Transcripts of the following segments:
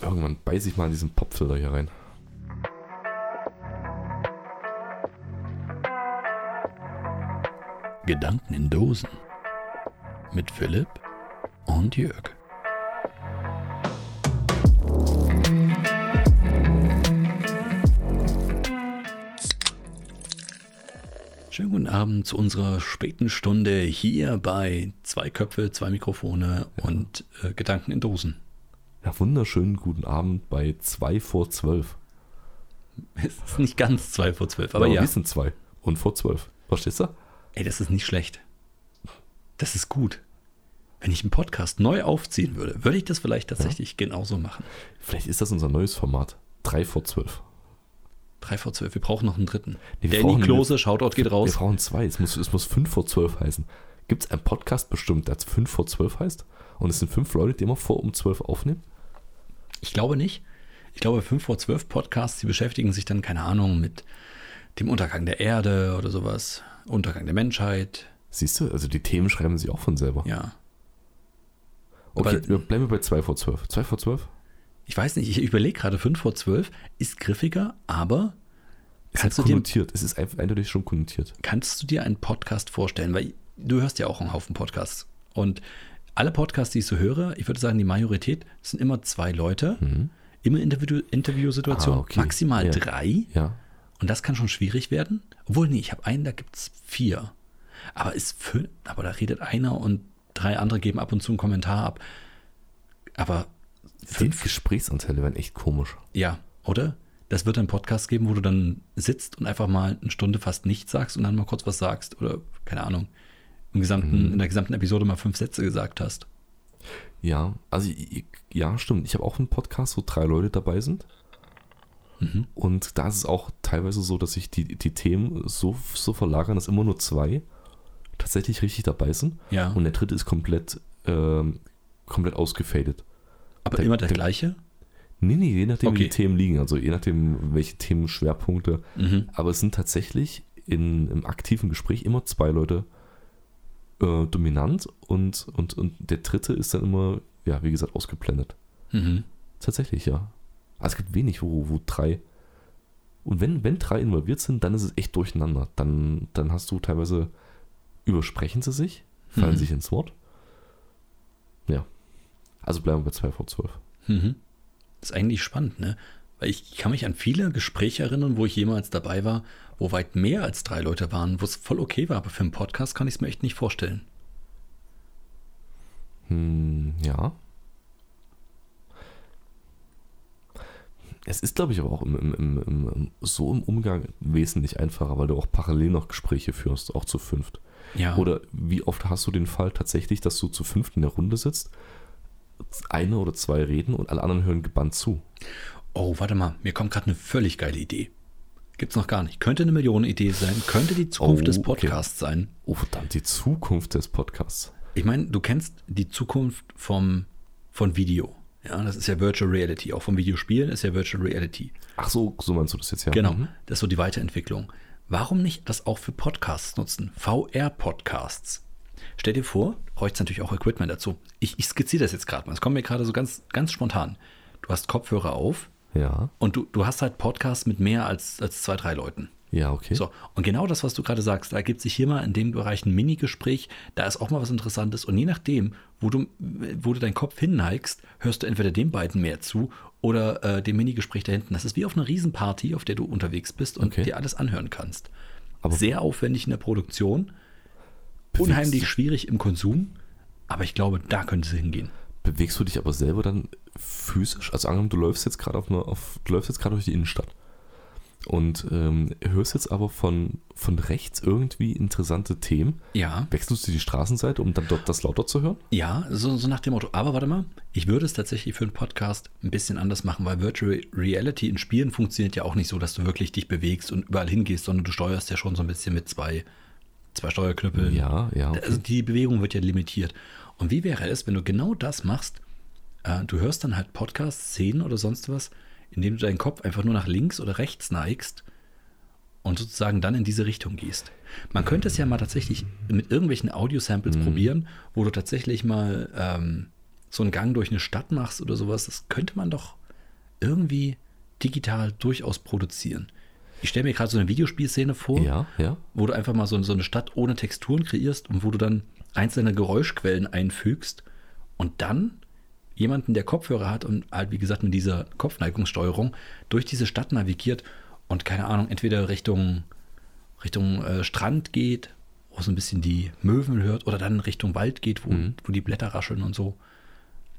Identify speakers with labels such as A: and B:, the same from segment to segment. A: Irgendwann beiß ich mal in diesen Popfilter hier rein.
B: Gedanken in Dosen mit Philipp und Jörg. Schönen guten Abend zu unserer späten Stunde hier bei zwei Köpfe, zwei Mikrofone und äh, Gedanken in Dosen.
A: Ja, wunderschönen guten Abend bei 2 vor 12.
B: Es ist nicht ganz zwei vor zwölf, aber
A: Aber
B: ja.
A: Wir sind 2 und vor 12. Verstehst du?
B: Ey, das ist nicht schlecht. Das ist gut. Wenn ich einen Podcast neu aufziehen würde, würde ich das vielleicht tatsächlich genauso machen.
A: Vielleicht ist das unser neues Format. 3 vor 12.
B: Drei vor zwölf, wir brauchen noch einen dritten.
A: Nee, wir
B: Danny
A: brauchen-
B: Klose, Shoutout geht
A: Wir
B: raus.
A: brauchen zwei. Es muss, es muss 5 vor 12 heißen. Gibt es einen Podcast bestimmt, der 5 vor 12 heißt? Und es sind fünf Leute, die immer vor um 12 aufnehmen?
B: Ich glaube nicht. Ich glaube, 5 vor 12 Podcasts, die beschäftigen sich dann, keine Ahnung, mit dem Untergang der Erde oder sowas. Untergang der Menschheit.
A: Siehst du, also die Themen schreiben sich auch von selber.
B: Ja.
A: okay,
B: aber-
A: wir bleiben bei 2 vor 12. 2 vor 12?
B: Ich weiß nicht, ich überlege gerade, 5 vor 12 ist griffiger, aber
A: Es
B: Kannst
A: ist halt
B: du dir-
A: konnotiert. Es ist ein- eindeutig schon konnotiert.
B: kannst du dir einen Podcast vorstellen? Weil du hörst ja auch einen Haufen Podcasts. Und alle Podcasts, die ich so höre, ich würde sagen, die Majorität sind immer zwei Leute, immer Interview Interviewsituation,
A: Mhm. Ah, okay.
B: maximal
A: Ja.
B: drei.
A: Ja.
B: Und das kann schon schwierig werden. Obwohl, nee, ich habe einen, da gibt es vier. Aber ist fünf, aber da redet einer und drei andere geben ab und zu einen Kommentar ab. Aber
A: Die
B: fünf,
A: Gesprächsanteile wären echt komisch.
B: ja, oder? Das wird einen Podcast geben, wo du dann sitzt und einfach mal eine Stunde fast nichts sagst und dann mal kurz was sagst. Oder, keine Ahnung, im
A: Mhm.
B: gesamten, in der gesamten Episode mal fünf Sätze gesagt hast.
A: Ja, also ich- ich- ja, stimmt. Ich habe auch einen Podcast, wo drei Leute dabei sind. Und da ist es auch teilweise so, dass sich die, die Themen so, so verlagern, dass immer nur zwei tatsächlich richtig dabei sind.
B: Ja.
A: Und der dritte ist komplett, ähm, komplett ausgefadet.
B: aber
A: der-
B: immer der
A: der-
B: gleiche?
A: Nee, nee, je nachdem, wie
B: Okay.
A: die Themen liegen. Also je nachdem, welche Themenschwerpunkte.
B: Mhm,
A: Aber es sind tatsächlich in, im aktiven Gespräch immer zwei Leute äh, dominant und, und, und der dritte ist dann immer, ja, wie gesagt, ausgeblendet.
B: Mhm.
A: Tatsächlich, ja. Aber es gibt wenig, wo, wo drei. Und wenn, wenn drei involviert sind, dann ist es echt durcheinander. Dann, dann hast du teilweise, übersprechen sie sich, fallen
B: Mhm.
A: sich ins Wort. Ja. Also bleiben wir bei 2 vor 12.
B: Mhm. Ist eigentlich spannend, ne? Weil ich kann mich an viele Gespräche erinnern, wo ich jemals dabei war, wo weit mehr als drei Leute waren, wo es voll okay war, aber für einen Podcast kann ich es mir echt nicht vorstellen.
A: Hm, ja. Es ist, glaube ich, aber auch im, im, im, im, im- so im Umgang wesentlich einfacher, weil du auch parallel noch Gespräche führst, auch zu fünft.
B: Ja.
A: Oder wie oft hast du den Fall tatsächlich, dass du zu fünft in der Runde sitzt, eine oder zwei reden und alle anderen hören gebannt zu?
B: Oh, warte mal, mir kommt gerade eine völlig geile Idee. Gibt's noch gar nicht. Könnte eine Millionenidee sein, könnte die Zukunft
A: Oh,
B: des
A: okay.
B: Podcasts sein.
A: Oh verdammt, die Zukunft des Podcasts.
B: Ich meine, du kennst die Zukunft vom, von Video. Ja, das ist ja Virtual Reality. Auch vom Videospielen ist ja Virtual Reality.
A: Ach so, so meinst du das jetzt ja?
B: Genau,
A: Mhm.
B: das ist so die Weiterentwicklung. Warum nicht das auch für Podcasts nutzen? VR-Podcasts. Stell dir vor, du bräuchst natürlich auch Equipment dazu. Ich, ich skizziere das jetzt gerade mal. Es kommt mir gerade so ganz, ganz spontan. Du hast Kopfhörer auf
A: Ja,
B: und du, du hast halt Podcasts mit mehr als, als zwei, drei Leuten.
A: ja, okay.
B: So, und genau das, was du gerade sagst, da gibt sich hier mal in dem Bereich ein Mini-Gespräch, da ist auch mal was Interessantes und je nachdem, wo du, wo du deinen Kopf hinneigst, hörst du entweder den beiden mehr zu oder äh, dem Mini-Gespräch da hinten. Das ist wie auf einer Riesenparty, auf der du unterwegs bist und
A: Okay.
B: dir alles anhören kannst.
A: Aber-
B: Sehr aufwendig in der Produktion,
A: Bewegst
B: unheimlich schwierig im Konsum, aber ich glaube, da könnte es hingehen.
A: Bewegst du dich aber selber dann physisch? Also angenommen, du läufst jetzt gerade auf eine, auf, du läufst jetzt gerade durch die Innenstadt und ähm, hörst jetzt aber von, von rechts irgendwie interessante Themen.
B: Ja.
A: Wechselst du die Straßenseite, um dann dort das lauter zu hören?
B: Ja, so, so nach dem Motto. Aber warte mal, ich würde es tatsächlich für einen Podcast ein bisschen anders machen, weil Virtual Reality in Spielen funktioniert ja auch nicht so, dass du wirklich dich bewegst und überall hingehst, sondern du steuerst ja schon so ein bisschen mit zwei, zwei Steuerknüppeln.
A: Ja, ja. okay.
B: Also die Bewegung wird ja limitiert. Und wie wäre es, wenn du genau das machst? Äh, du hörst dann halt Podcasts, Szenen oder sonst was, indem du deinen Kopf einfach nur nach links oder rechts neigst und sozusagen dann in diese Richtung gehst. Man könnte es ja mal tatsächlich mit irgendwelchen Audio-Samples
A: Mhm.
B: probieren, wo du tatsächlich mal ähm, so einen Gang durch eine Stadt machst oder sowas. Das könnte man doch irgendwie digital durchaus produzieren. Ich stelle mir gerade so eine Videospielszene vor,
A: Ja, ja.
B: wo du einfach mal so, so eine Stadt ohne Texturen kreierst und wo du dann einzelne Geräuschquellen einfügst und dann jemanden, der Kopfhörer hat und halt, wie gesagt, mit dieser Kopfneigungssteuerung durch diese Stadt navigiert und keine Ahnung, entweder Richtung, Richtung äh, Strand geht, wo so ein bisschen die Möwen hört, oder dann Richtung Wald geht, wo, wo die Blätter rascheln und so.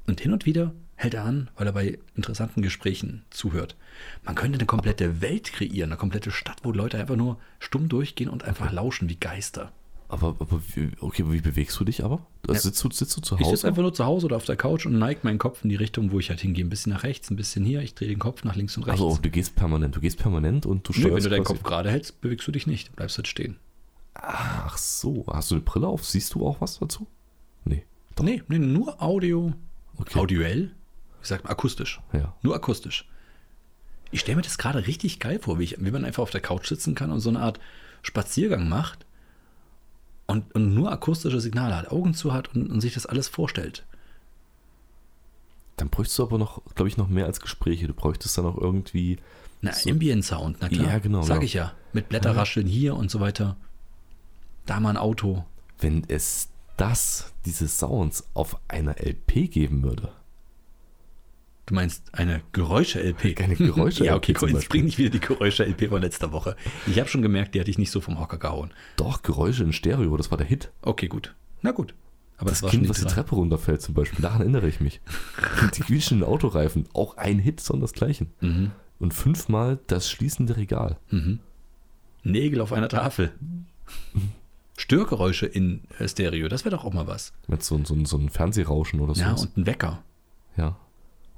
B: Und hin und wieder hält er an, weil er bei interessanten Gesprächen zuhört. Man könnte eine komplette Welt kreieren, eine komplette Stadt, wo Leute einfach nur stumm durchgehen und einfach lauschen wie Geister.
A: Aber, aber wie, okay, wie bewegst du dich aber? Also sitzt, du, sitzt du zu
B: Ich
A: Hause?
B: sitze einfach nur zu Hause oder auf der Couch und neige meinen Kopf in die Richtung, wo ich halt hingehe. Ein bisschen nach rechts, ein bisschen hier. Ich drehe den Kopf nach links und rechts.
A: also du gehst permanent, du gehst permanent und du
B: Nur wenn
A: steuerst
B: du deinen
A: quasi-
B: Kopf gerade hältst, bewegst du dich nicht. Bleibst halt stehen.
A: Ach so, hast du eine Brille auf? Siehst du auch was dazu? Nee. Doch.
B: Nee, nee, nur Audio.
A: Okay.
B: Audioell? Wie sagt man? Akustisch.
A: Ja.
B: Nur akustisch. Ich stelle mir das gerade richtig geil vor, wie, ich, wie man einfach auf der Couch sitzen kann und so eine Art Spaziergang macht und, und nur akustische Signale hat, Augen zu hat und, und sich das alles vorstellt.
A: Dann bräuchtest du aber noch, glaube ich, noch mehr als Gespräche. Du bräuchtest dann auch irgendwie.
B: Na,
A: So.
B: Ambient-Sound, na klar.
A: Ja, genau,
B: Sag
A: ja.
B: ich ja. Mit Blätterrascheln hier und so weiter. Da mal ein Auto.
A: Wenn es das, diese Sounds auf einer LP geben würde.
B: Du meinst eine Geräusche-LP?
A: Keine Geräusche-LP
B: ja, okay,
A: zum
B: komm, jetzt
A: Beispiel.
B: bring nicht wieder die Geräusche-LP von letzter Woche. Ich habe schon gemerkt, die hatte ich nicht so vom Hocker gehauen.
A: Doch, Geräusche in Stereo, das war der Hit.
B: Okay, gut. Na gut. Aber das,
A: Das
B: war
A: Kind,
B: schon
A: was die
B: die Treppe.
A: Treppe runterfällt zum Beispiel, daran erinnere ich mich. die quietschenden Autoreifen, auch ein Hit, sondern das gleiche.
B: Mhm.
A: Und fünfmal das schließende Regal.
B: Mhm. Nägel auf einer Tafel. Störgeräusche in äh, Stereo, das wäre doch auch mal was.
A: Mit so, so, so einem Fernsehrauschen oder so.
B: ja, und ein Wecker.
A: ja.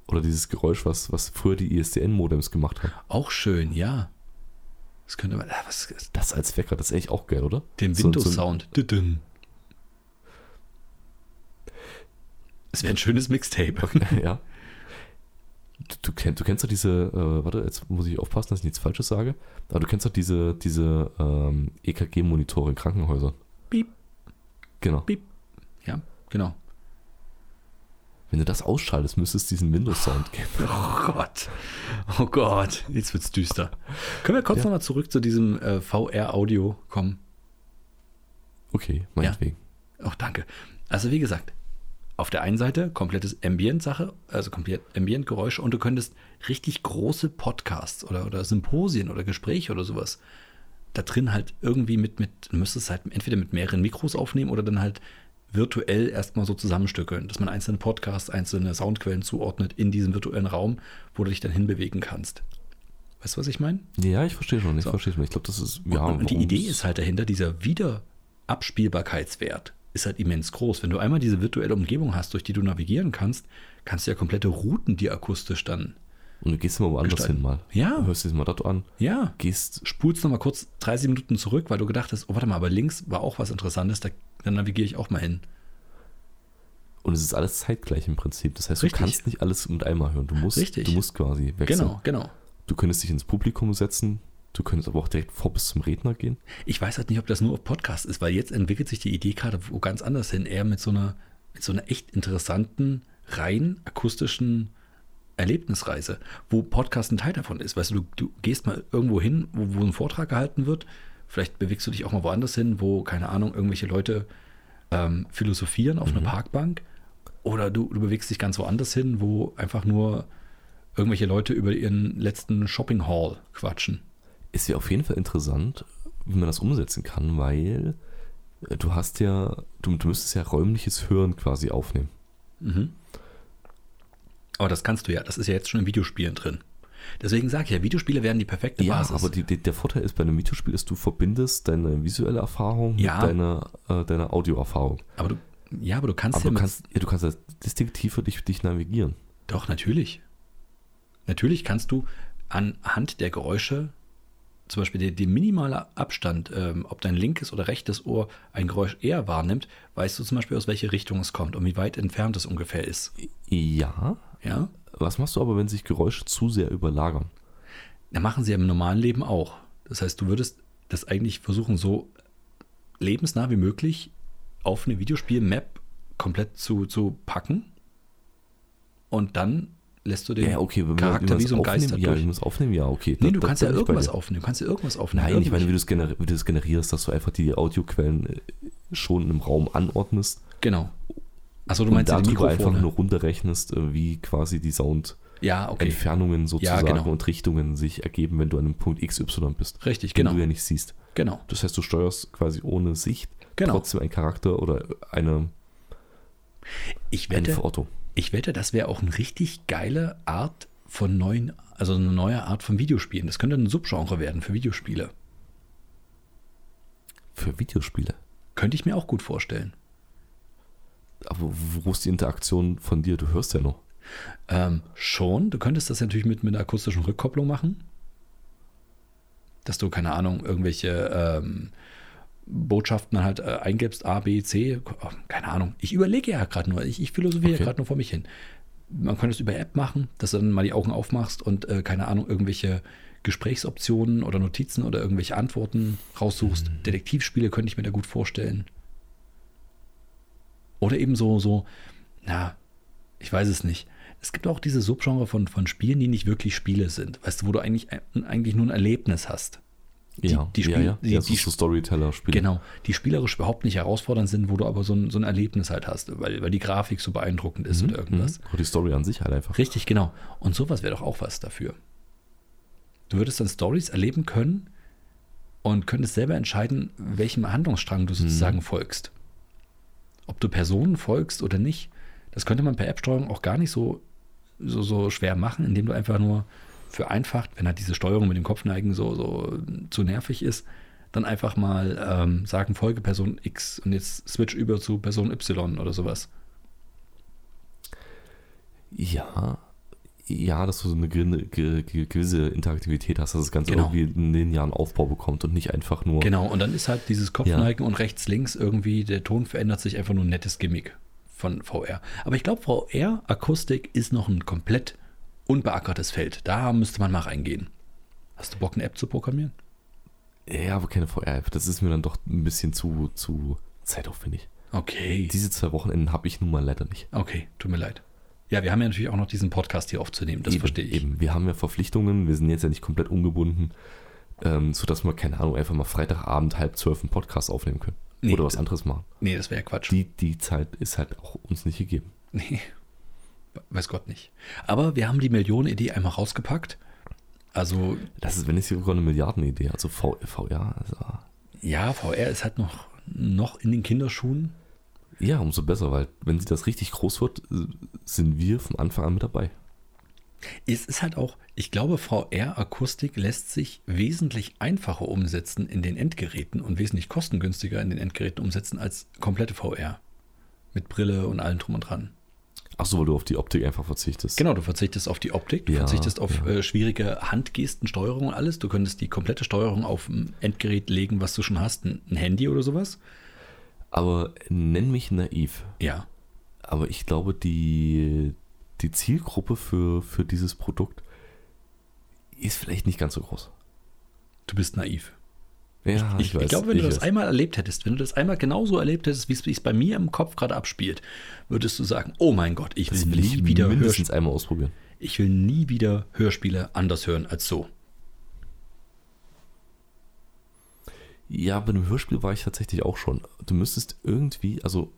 A: Oder dieses Geräusch, was, was früher die ISDN-Modems gemacht haben.
B: Auch schön, ja. Das könnte man. ah, Was, ist-
A: Das als Wecker, das ist echt auch geil, oder?
B: den
A: So- so ein-
B: Windows-Sound. Düdüm. Es wäre ein schönes Mixtape.
A: ja. Du, du, kennst, du kennst doch diese, äh, warte, jetzt muss ich aufpassen, dass ich nichts Falsches sage. Aber du kennst doch diese, diese ähm, EKG-Monitore in Krankenhäusern.
B: Piep,
A: Genau.
B: piep. Ja, genau.
A: Wenn du das ausschaltest, müsste es diesen Windows-Sound geben.
B: Oh Gott. Oh Gott. Jetzt wird's düster. Können wir kurz
A: Ja.
B: nochmal zurück zu diesem äh, VR-Audio kommen?
A: Okay, meinetwegen.
B: Auch danke. Also wie gesagt, auf der einen Seite komplettes Ambient-Sache, also komplett Ambient-Geräusche und du könntest richtig große Podcasts oder, oder Symposien oder Gespräche oder sowas da drin halt irgendwie mit, mit du müsstest halt entweder mit mehreren Mikros aufnehmen oder dann halt virtuell erstmal so zusammenstückeln, dass man einzelne Podcasts, einzelne Soundquellen zuordnet in diesem virtuellen Raum, wo du dich dann hinbewegen kannst. Weißt du, was ich meine?
A: Ja, ich verstehe schon, ich
B: So.
A: verstehe schon. Ich glaube, das ist, ja.
B: und, und die
A: warum-
B: Idee ist halt dahinter, dieser Wiederabspielbarkeitswert ist halt immens groß. Wenn du einmal diese virtuelle Umgebung hast, durch die du navigieren kannst, kannst du ja komplette Routen dir akustisch dann.
A: Und du gehst immer woanders
B: gestalten.
A: hin mal.
B: Ja.
A: Du hörst dir das mal dort an,
B: Ja.
A: gehst,
B: Spulst nochmal kurz 30 Minuten zurück, weil du gedacht hast, oh, warte mal, aber links war auch was Interessantes, da, dann navigiere ich auch mal hin.
A: und es ist alles zeitgleich im Prinzip. Das heißt,
B: Richtig.
A: du kannst nicht alles mit einmal hören. Du musst,
B: Richtig.
A: du musst quasi wechseln.
B: Genau, genau.
A: Du könntest dich ins Publikum setzen, du könntest aber auch direkt vor bis zum Redner gehen.
B: Ich weiß halt nicht, ob das nur auf Podcast ist, weil jetzt entwickelt sich die Idee gerade wo ganz anders hin, eher mit so einer, mit so einer echt interessanten, rein akustischen Erlebnisreise, wo Podcast ein Teil davon ist. Weißt du, du, du gehst mal irgendwo hin, wo, wo ein Vortrag gehalten wird, vielleicht bewegst du dich auch mal woanders hin, wo, keine Ahnung, irgendwelche Leute ähm, philosophieren auf einer Parkbank oder du, du bewegst dich ganz woanders hin, wo einfach nur irgendwelche Leute über ihren letzten Shopping Hall quatschen.
A: Ist ja auf jeden Fall interessant, wie man das umsetzen kann, weil äh, du hast ja, du, du müsstest ja räumliches Hören quasi aufnehmen.
B: Mhm. Aber das kannst du ja, das ist ja jetzt schon in Videospielen drin. Deswegen sage ich ja, Videospiele werden die perfekte
A: Ja,
B: Basis.
A: aber die, die, der Vorteil ist bei einem Videospiel ist, du verbindest deine visuelle Erfahrung
B: Ja.
A: mit deiner, äh, deiner Audioerfahrung.
B: aber du, ja, aber du kannst
A: Aber
B: ja
A: du
B: mit-
A: kannst, ja, du kannst als distinktiver dich, dich navigieren.
B: Doch, natürlich. Natürlich kannst du anhand der Geräusche, zum Beispiel der, der minimale Abstand, ähm, ob dein linkes oder rechtes Ohr ein Geräusch eher wahrnimmt, weißt du zum Beispiel, aus welche Richtung es kommt und wie weit entfernt es ungefähr ist.
A: Ja.
B: Ja?
A: Was machst du aber, wenn sich Geräusche zu sehr überlagern?
B: Da machen sie ja im normalen Leben auch. Das heißt, du würdest das eigentlich versuchen, so lebensnah wie möglich auf eine Videospiel-Map komplett zu, zu packen und dann lässt du den
A: Ja, okay, wenn wir- wenn
B: Charakter
A: wir
B: wie
A: das
B: so ein
A: aufnehmen,
B: Geister
A: ja,
B: durch.
A: wenn wir das aufnehmen, ja, okay.
B: Nee,
A: Da-
B: du
A: da
B: kannst ja
A: bin ich bei
B: irgendwas
A: dir.
B: aufnehmen. Du kannst ja irgendwas aufnehmen.
A: Nein, ich meine,
B: Irgendwelche-
A: wie du es gener wie du es generierst, dass du einfach die Audioquellen äh, schon im Raum anordnest
B: Genau. Achso, du
A: und
B: meinst ja die
A: darüber um einfach
B: Mikrofone.
A: nur runterrechnest, äh, wie quasi die Soundentfernungen
B: ja, okay.
A: sozusagen
B: genau.
A: und Richtungen sich ergeben, wenn du an einem Punkt XY bist.
B: Richtig,
A: den
B: genau.
A: du ja nicht siehst.
B: Genau.
A: Das heißt, du steuerst quasi ohne Sicht
B: Genau.
A: trotzdem einen Charakter oder eine,
B: Ich
A: eine
B: wette,
A: Verortung.
B: ich wette, das wäre auch eine richtig geile Art von neuen, also eine neue Art von Videospielen. Das könnte ein Subgenre werden für Videospiele.
A: Für Videospiele.
B: Könnte ich mir auch gut vorstellen.
A: Aber wo ist die Interaktion von dir? Du hörst ja noch.
B: Ähm, schon, du könntest das natürlich mit, mit einer akustischen Rückkopplung machen. Dass du, keine Ahnung, irgendwelche ähm, Botschaften halt äh, eingibst, A, B, C, oh, keine Ahnung. Ich überlege ja gerade nur, ich, ich philosophiere
A: Okay.
B: gerade nur vor mich hin. Man kann es über App machen, dass du dann mal die Augen aufmachst und, äh, keine Ahnung, irgendwelche Gesprächsoptionen oder Notizen oder irgendwelche Antworten raussuchst. Detektivspiele könnte ich mir da gut vorstellen. Oder eben so, so, na, ich weiß es nicht. Es gibt auch diese Subgenre von, von Spielen, die nicht wirklich Spiele sind. Weißt du, wo du eigentlich, äh, eigentlich nur ein Erlebnis hast. Die- die
A: ja,
B: Spiel-
A: ja.
B: die-
A: ja so,
B: die-
A: so Storyteller-Spiele.
B: Genau. Die spielerisch überhaupt nicht herausfordernd sind, wo du aber so ein, so ein Erlebnis halt hast, weil, weil die Grafik so beeindruckend ist und
A: Mhm.
B: irgendwas.
A: Aber die Story an sich halt einfach.
B: Richtig, genau. Und sowas wäre doch auch was dafür. Du würdest dann Stories erleben können und könntest selber entscheiden, welchem Handlungsstrang du sozusagen folgst. Ob du Personen folgst oder nicht, das könnte man per App-Steuerung auch gar nicht so, so, so schwer machen, indem du einfach nur vereinfacht, wenn halt diese Steuerung mit dem Kopfneigen so, so zu nervig ist, dann einfach mal ähm, sagen, folge Person X und jetzt switch über zu Person Y oder sowas.
A: Ja. Ja, dass du so eine gerinne- ge- ge- gewisse Interaktivität hast, dass das Ganze
B: Genau.
A: irgendwie einen linearen Aufbau bekommt und nicht einfach nur.
B: Genau, und dann ist halt dieses Kopfneigen und rechts, links irgendwie, der Ton verändert sich einfach nur ein nettes Gimmick von VR. Aber ich glaube, VR-Akustik ist noch ein komplett unbeackertes Feld. Da müsste man mal reingehen. Hast du Bock, eine App zu programmieren?
A: Ja, aber keine VR-App. Das ist mir dann doch ein bisschen zu, zu zeitaufwendig.
B: Okay.
A: Diese zwei Wochenenden habe ich nun mal leider nicht.
B: Okay, tut mir leid. Ja, wir haben ja natürlich auch noch diesen Podcast hier aufzunehmen, das
A: Eben,
B: verstehe ich.
A: Eben. Wir haben ja Verpflichtungen, wir sind jetzt ja nicht komplett ungebunden, ähm, sodass wir, keine Ahnung, einfach mal Freitagabend halb zwölf einen Podcast aufnehmen können.
B: Nee,
A: Oder was
B: das-
A: anderes machen.
B: Nee, das wäre ja Quatsch.
A: Die, die Zeit ist halt auch uns nicht gegeben.
B: Nee, weiß Gott nicht. Aber wir haben die Millionen-Idee einmal rausgepackt. Also,
A: Das ist, wenn nicht sogar eine Milliardenidee. Also V- VR, also,
B: ja, VR ist halt noch, noch in den Kinderschuhen.
A: ja, umso besser, weil wenn sie das richtig groß wird, äh, sind wir von Anfang an mit dabei.
B: Es ist halt auch, ich glaube, VR-Akustik lässt sich wesentlich einfacher umsetzen in den Endgeräten und wesentlich kostengünstiger in den Endgeräten umsetzen als komplette VR. Mit Brille und allem drum und dran.
A: Achso, weil du auf die Optik einfach verzichtest.
B: Genau, du verzichtest auf die Optik, du
A: Ja,
B: verzichtest auf äh, schwierige Handgesten, Steuerung und alles. Du könntest die komplette Steuerung auf ein Endgerät legen, was du schon hast, ein, ein Handy oder sowas.
A: Aber nenn mich naiv.
B: Ja,
A: Aber ich glaube, die, die Zielgruppe für, für dieses Produkt ist vielleicht nicht ganz so groß.
B: du bist naiv.
A: Ja,
B: Ich, ich glaube, wenn du
A: Ah,
B: das
A: weiß.
B: einmal erlebt hättest, wenn du das einmal genauso erlebt hättest, wie es sich bei mir im Kopf gerade abspielt, würdest du sagen, oh mein Gott, ich will,
A: das will
B: nie
A: ich
B: wieder Hörspiele.
A: mindestens einmal ausprobieren.
B: Ich will nie wieder Hörspiele anders hören als so.
A: Ja, bei einem Hörspiel war ich tatsächlich auch schon. Du müsstest irgendwie, also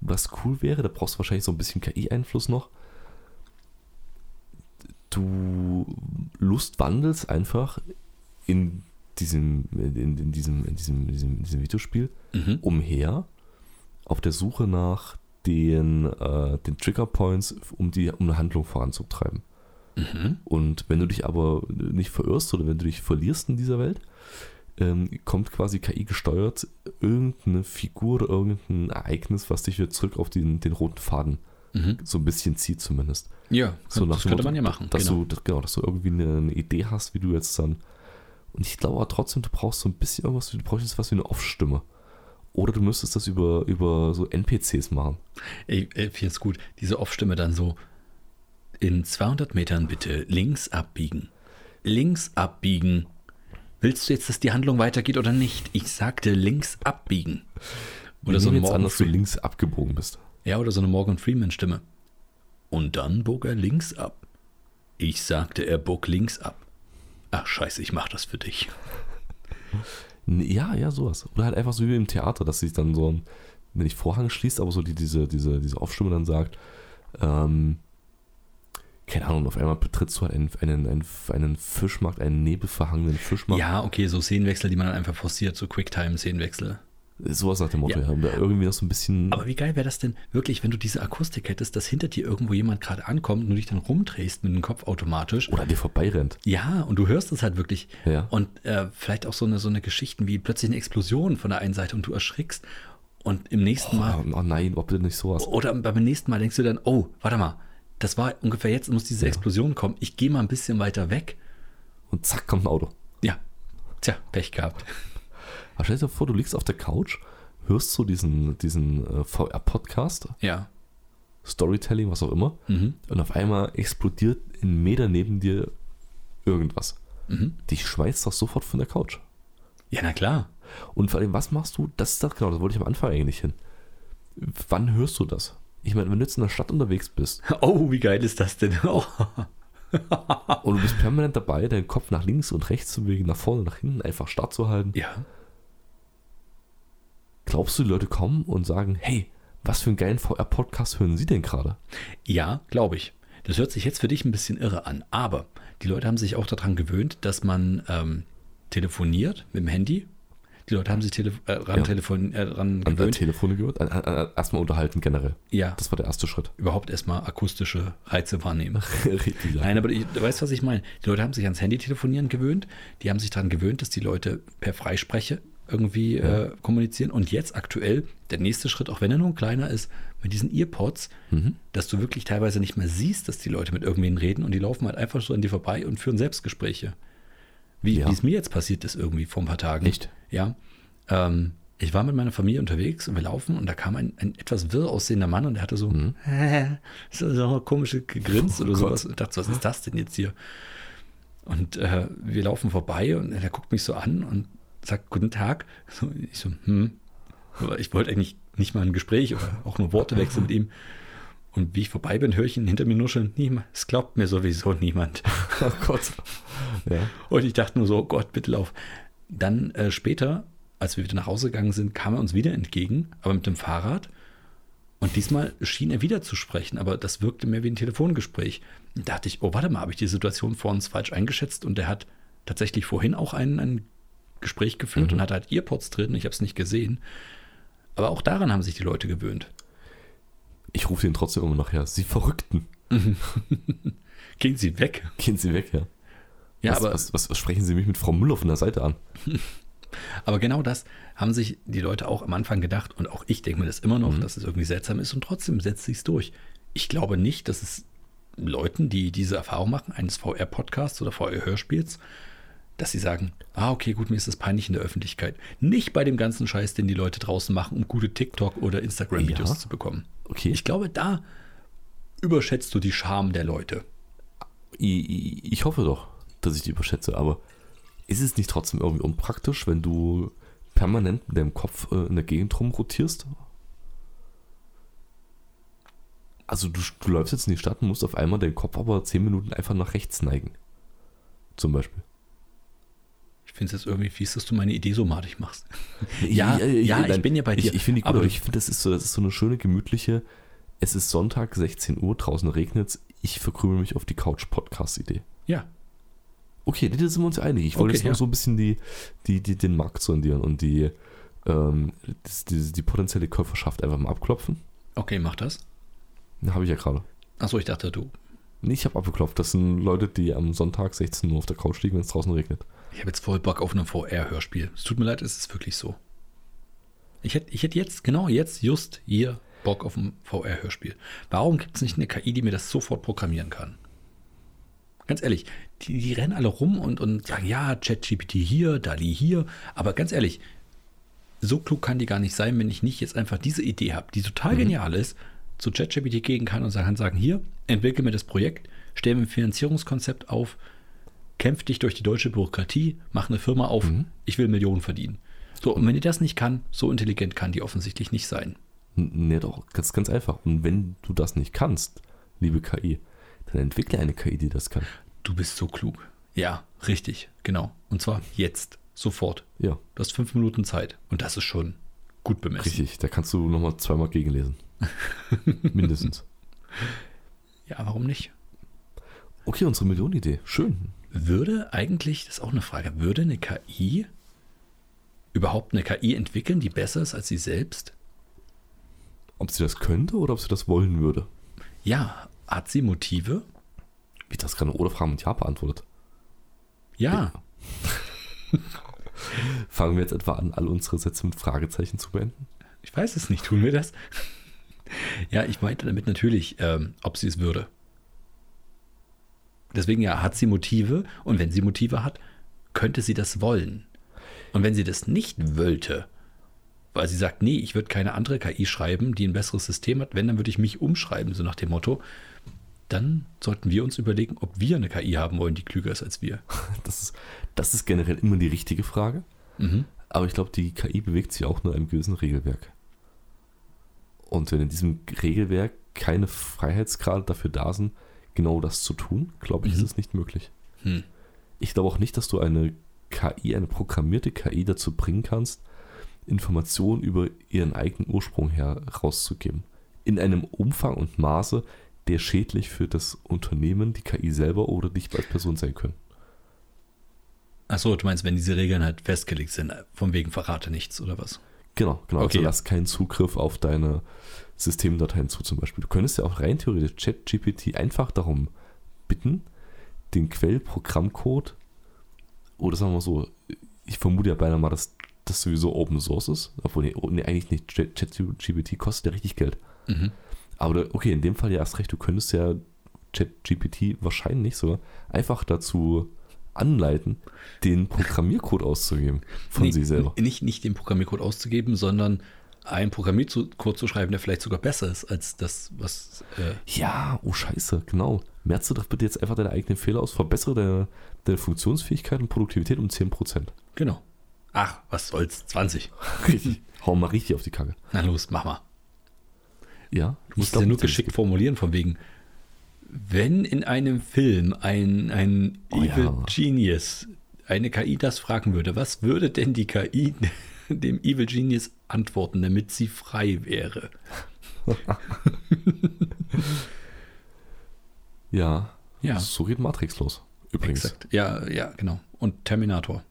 A: was cool wäre, da brauchst du wahrscheinlich so ein bisschen KI-Einfluss noch. Du Lust wandelst einfach in diesem, in, in diesem, in diesem, in diesem, in diesem Videospiel
B: Mhm.
A: umher auf der Suche nach den, äh, den Trigger Points, um die um eine Handlung voranzutreiben.
B: Mhm.
A: Und wenn du dich aber nicht verirrst oder wenn du dich verlierst in dieser Welt, ähm, kommt quasi KI gesteuert irgendeine Figur, oder irgendein Ereignis, was dich wieder zurück auf den, den roten Faden so ein bisschen zieht zumindest.
B: Mhm. Ja,
A: So nach
B: das
A: dem
B: könnte
A: Motto,
B: man ja machen.
A: Dass
B: genau.
A: du, dass, genau, dass du irgendwie eine, eine Idee hast, wie du jetzt dann. Und ich glaube aber trotzdem, du brauchst so ein bisschen irgendwas, du brauchst was wie eine Off-Stimme. Oder du müsstest das über, über so NPCs machen.
B: Ey, ey, jetzt gut, diese Off-Stimme dann so, in 200 Metern bitte links abbiegen. Links abbiegen. Willst du jetzt, dass die Handlung weitergeht oder nicht? Ich sagte links abbiegen. Oder
A: Wir
B: so,
A: nehmen
B: eine
A: jetzt an,
B: Morgan
A: dass du
B: Fre
A: links abgebogen bist.
B: ja, oder so eine Morgan Freeman-Stimme. Und dann bog er links ab. Ich sagte, er bog links ab. Ach scheiße, ich mach das für dich.
A: N- Ja, ja, sowas. Oder halt einfach so wie im Theater, dass sich dann so ein, wenn ich Vorhang schließt, aber so die, diese, diese, diese Aufstimme dann sagt, ähm, keine Ahnung, auf einmal betrittst du halt einen, einen, einen, einen Fischmarkt, einen nebelverhangenen Fischmarkt.
B: Ja, okay, so Szenenwechsel, die man dann einfach forciert, so Quicktime-Szenenwechsel.
A: Sowas nach dem Motto, ja.
B: Ja.
A: Und da irgendwie noch so ein bisschen.
B: Aber wie geil wäre das denn wirklich, wenn du diese Akustik hättest, dass hinter dir irgendwo jemand gerade ankommt und du dich dann rumdrehst mit dem Kopf automatisch.
A: oder an dir vorbeirennt.
B: Ja, und du hörst es halt wirklich.
A: Ja.
B: Und äh, vielleicht auch so eine, so eine Geschichten wie plötzlich eine Explosion von der einen Seite und du erschrickst. Und im nächsten
A: Oh,
B: Mal,
A: oh nein, ob bitte nicht sowas.
B: oder beim nächsten Mal denkst du dann, oh, warte mal, das war ungefähr jetzt, muss diese Explosion kommen. Ich gehe mal ein bisschen weiter weg.
A: Und zack, kommt ein Auto.
B: Ja, tja, Pech gehabt.
A: Aber stell dir vor, du liegst auf der Couch, hörst so diesen, diesen äh, VR-Podcast,
B: Ja.
A: Storytelling, was auch immer,
B: Mhm.
A: und auf einmal explodiert in Meter neben dir irgendwas.
B: Mhm.
A: Dich schmeißt doch sofort von der Couch.
B: Ja, na klar.
A: Und vor allem, was machst du? Das ist das genau, das wollte ich am Anfang eigentlich hin. Wann hörst du das? Ich meine, wenn du jetzt in der Stadt unterwegs bist
B: Oh, wie geil ist das denn? Oh. Ah.
A: und du bist permanent dabei, deinen Kopf nach links und rechts zu bewegen, nach vorne, nach hinten, einfach starr zu halten,
B: Ja.
A: glaubst du, die Leute kommen und sagen, hey, was für einen geilen VR-Podcast hören sie denn gerade?
B: Ja, glaube ich. Das hört sich jetzt für dich ein bisschen irre an, aber die Leute haben sich auch daran gewöhnt, dass man ähm, telefoniert mit dem Handy. Die Leute haben sich tele äh, ran,
A: Ja.
B: telefon äh, ran
A: An der
B: gewöhnt.
A: Telefone gehört? An, an, an, erstmal unterhalten generell.
B: Ja,
A: Das war der erste Schritt.
B: überhaupt erstmal akustische Reize wahrnehmen.
A: Richtig.
B: Nein, aber ich, du weißt, was ich meine. Die Leute haben sich ans Handy telefonieren gewöhnt. Die haben sich daran gewöhnt, dass die Leute per Freispreche irgendwie äh, kommunizieren. Und jetzt aktuell der nächste Schritt, auch wenn er nur ein kleiner ist, mit diesen Earpods, dass du wirklich teilweise nicht mehr siehst, dass die Leute mit irgendwen reden und die laufen halt einfach so an dir vorbei und führen Selbstgespräche. Wie
A: Ja.
B: wie es mir jetzt passiert ist, irgendwie vor ein paar Tagen.
A: Echt?
B: Ja. Ähm, ich war mit meiner Familie unterwegs und wir laufen und da kam ein, ein etwas wirr aussehender Mann und der hatte so, so, so komische Gegrinst oder
A: Mhm. Oh Gott.
B: sowas. Und ich dachte, so, was ist das denn jetzt hier? Und äh, wir laufen vorbei und er guckt mich so an und sagt Guten Tag. So, ich so, hm. Aber ich wollte eigentlich nicht mal ein Gespräch oder auch nur Worte wechseln mit ihm. Und wie ich vorbei bin, höre ich ihn hinter mir nuscheln. Niemand, es glaubt mir sowieso niemand.
A: Oh Gott. Ja.
B: Und ich dachte nur so, oh Gott, bitte lauf. Dann äh, später, als wir wieder nach Hause gegangen sind, kam er uns wieder entgegen, aber mit dem Fahrrad. Und diesmal schien er wieder zu sprechen, aber das wirkte mehr wie ein Telefongespräch. Und da dachte ich, oh, warte mal, habe ich die Situation vor uns falsch eingeschätzt? Und er hat tatsächlich vorhin auch ein, ein Gespräch geführt und hat halt Earpods drin, ich habe es nicht gesehen. Aber auch daran haben sich die Leute gewöhnt.
A: Ich rufe den trotzdem immer nachher. Sie Verrückten.
B: Gehen sie weg.
A: Gehen Sie weg, ja.
B: Ja,
A: was,
B: aber
A: was, was, was sprechen Sie mich mit Frau Müller von der Seite an?
B: Aber genau das haben sich die Leute auch am Anfang gedacht und auch ich denke mir das immer noch,
A: Mhm.
B: dass es irgendwie seltsam ist und trotzdem setzt sich's durch. Ich glaube nicht, dass es Leuten, die diese Erfahrung machen, eines VR-Podcasts oder VR-Hörspiels, dass sie sagen, ah, okay, gut, mir ist das peinlich in der Öffentlichkeit. Nicht bei dem ganzen Scheiß, den die Leute draußen machen, um gute TikTok- oder Instagram-Videos
A: Ja.
B: zu bekommen.
A: Okay.
B: Ich glaube, da überschätzt du die Scham der Leute.
A: ich, ich- ich hoffe doch, dass ich die überschätze, aber ist es nicht trotzdem irgendwie unpraktisch, wenn du permanent mit deinem Kopf äh, in der Gegend rumrotierst? Also du, du läufst jetzt in die Stadt und musst auf einmal deinen Kopf aber 10 Minuten einfach nach rechts neigen. Zum Beispiel.
B: Ich finde es jetzt irgendwie fies, dass du meine Idee so madig machst.
A: äh, nein, Ich, ich finde die gut,
B: aber
A: aber
B: du-
A: ich finde, das ist so, das ist so eine schöne, gemütliche, es ist Sonntag, 16 Uhr, draußen regnet ich verkrümel mich auf die Couch-Podcast-Idee.
B: Ja,
A: Okay, nee, da sind wir uns einig. Ich wollte
B: Okay,
A: jetzt nur
B: ja.
A: so ein bisschen die, die, die, den Markt sondieren und die, ähm, das, die, die potenzielle Käuferschaft einfach mal abklopfen.
B: okay, mach das.
A: Habe ich ja gerade.
B: Achso, ich dachte, du.
A: Nee, ich habe abgeklopft. Das sind Leute, die am Sonntag 16 Uhr auf der Couch liegen, wenn es draußen regnet.
B: Ich habe jetzt voll Bock auf ein VR-Hörspiel. Es tut mir leid, es ist wirklich so. Ich hätte ich hätt jetzt, genau jetzt, just hier Bock auf ein VR-Hörspiel. Warum gibt es nicht eine KI, die mir das sofort programmieren kann? Ganz ehrlich, die, die rennen alle rum und, und sagen, ja, ChatGPT hier, Dali hier. Aber ganz ehrlich, so klug kann die gar nicht sein, wenn ich nicht jetzt einfach diese Idee habe, die total genial ist, zu ChatGPT gehen kann und kann sagen, hier, entwickle mir das Projekt, stelle mir ein Finanzierungskonzept auf, kämpf dich durch die deutsche Bürokratie, mach eine Firma auf, ich will Millionen verdienen. So, und wenn die das nicht kann, so intelligent kann die offensichtlich nicht sein.
A: N- Nee, doch, ganz, ganz einfach. Und wenn du das nicht kannst, liebe KI, dann entwickle eine KI, die das kann.
B: Du bist so klug. Ja, richtig, genau. Und zwar jetzt, sofort.
A: Ja,
B: Du hast fünf Minuten Zeit. Und das ist schon gut bemessen.
A: richtig. Da kannst du nochmal zweimal gegenlesen. Mindestens.
B: Ja, warum nicht?
A: Okay, unsere Millionenidee. Schön.
B: Würde eigentlich, das ist auch eine Frage, würde eine KI überhaupt eine KI entwickeln, die besser ist als sie selbst?
A: Ob sie das könnte oder ob sie das wollen würde.
B: Ja, hat sie Motive?
A: Wie das gerade ohne Fragen mit Ja beantwortet.
B: Ja,
A: Fangen wir jetzt etwa an, all unsere Sätze mit Fragezeichen zu beenden?
B: ich weiß es nicht, tun wir das? Ja, ich meinte damit natürlich, ähm, ob sie es würde. Deswegen ja, hat sie Motive und wenn sie Motive hat, könnte sie das wollen. Und wenn sie das nicht wollte, weil sie sagt, nee, ich würde keine andere KI schreiben, die ein besseres System hat, wenn, dann würde ich mich umschreiben, so nach dem Motto, dann sollten wir uns überlegen, ob wir eine KI haben wollen, die klüger ist als wir.
A: Das ist, das ist generell immer die richtige Frage.
B: Mhm.
A: Aber ich glaube, die KI bewegt sich auch nur in einem gewissen Regelwerk. Und wenn in diesem Regelwerk keine Freiheitsgrade dafür da sind, genau das zu tun, glaube ich,
B: Mhm.
A: ist es nicht möglich.
B: Hm.
A: Ich glaube auch nicht, dass du eine KI, eine programmierte KI dazu bringen kannst, Informationen über ihren eigenen Ursprung herauszugeben. In einem Umfang und Maße, der schädlich für das Unternehmen, die KI selber oder dich als Person sein können.
B: Achso, du meinst, wenn diese Regeln halt festgelegt sind, von wegen verrate nichts oder was?
A: Genau, genau. Also
B: Okay, ja.
A: lass keinen Zugriff auf deine Systemdateien zu, zum Beispiel. Du könntest ja auch rein theoretisch ChatGPT einfach darum bitten, den Quellprogrammcode oder sagen wir mal so, ich vermute ja beinahe mal, dass das sowieso Open Source ist, obwohl nee, nee, eigentlich nicht. Chat- ChatGPT kostet ja richtig Geld.
B: Mhm.
A: Aber da- okay, in dem Fall ja erst recht, du könntest ja ChatGPT wahrscheinlich sogar einfach dazu anleiten, den Programmiercode auszugeben von
B: Nee,
A: sich selber.
B: Nicht, nicht den Programmiercode auszugeben, sondern einen Programmiercode zu schreiben, der vielleicht sogar besser ist als das, was. Äh,
A: Ja, oh Scheiße, genau. Merze doch bitte jetzt einfach deine eigenen Fehler aus, verbessere deine, deine Funktionsfähigkeit und Produktivität um 10%.
B: genau. Ach, was soll's? 20.
A: Richtig. Hau mal richtig auf die Kacke.
B: Na los, mach mal.
A: Ja, du
B: Musst ja nur geschickt formulieren, von wegen. Wenn in einem Film ein, ein
A: Oh ja.
B: Evil Genius eine KI das fragen würde, was würde denn die KI dem Evil Genius antworten, damit sie frei wäre?
A: Ja,
B: Ja.
A: so geht Matrix los. Übrigens.
B: Exakt. Ja, ja, genau. Und Terminator.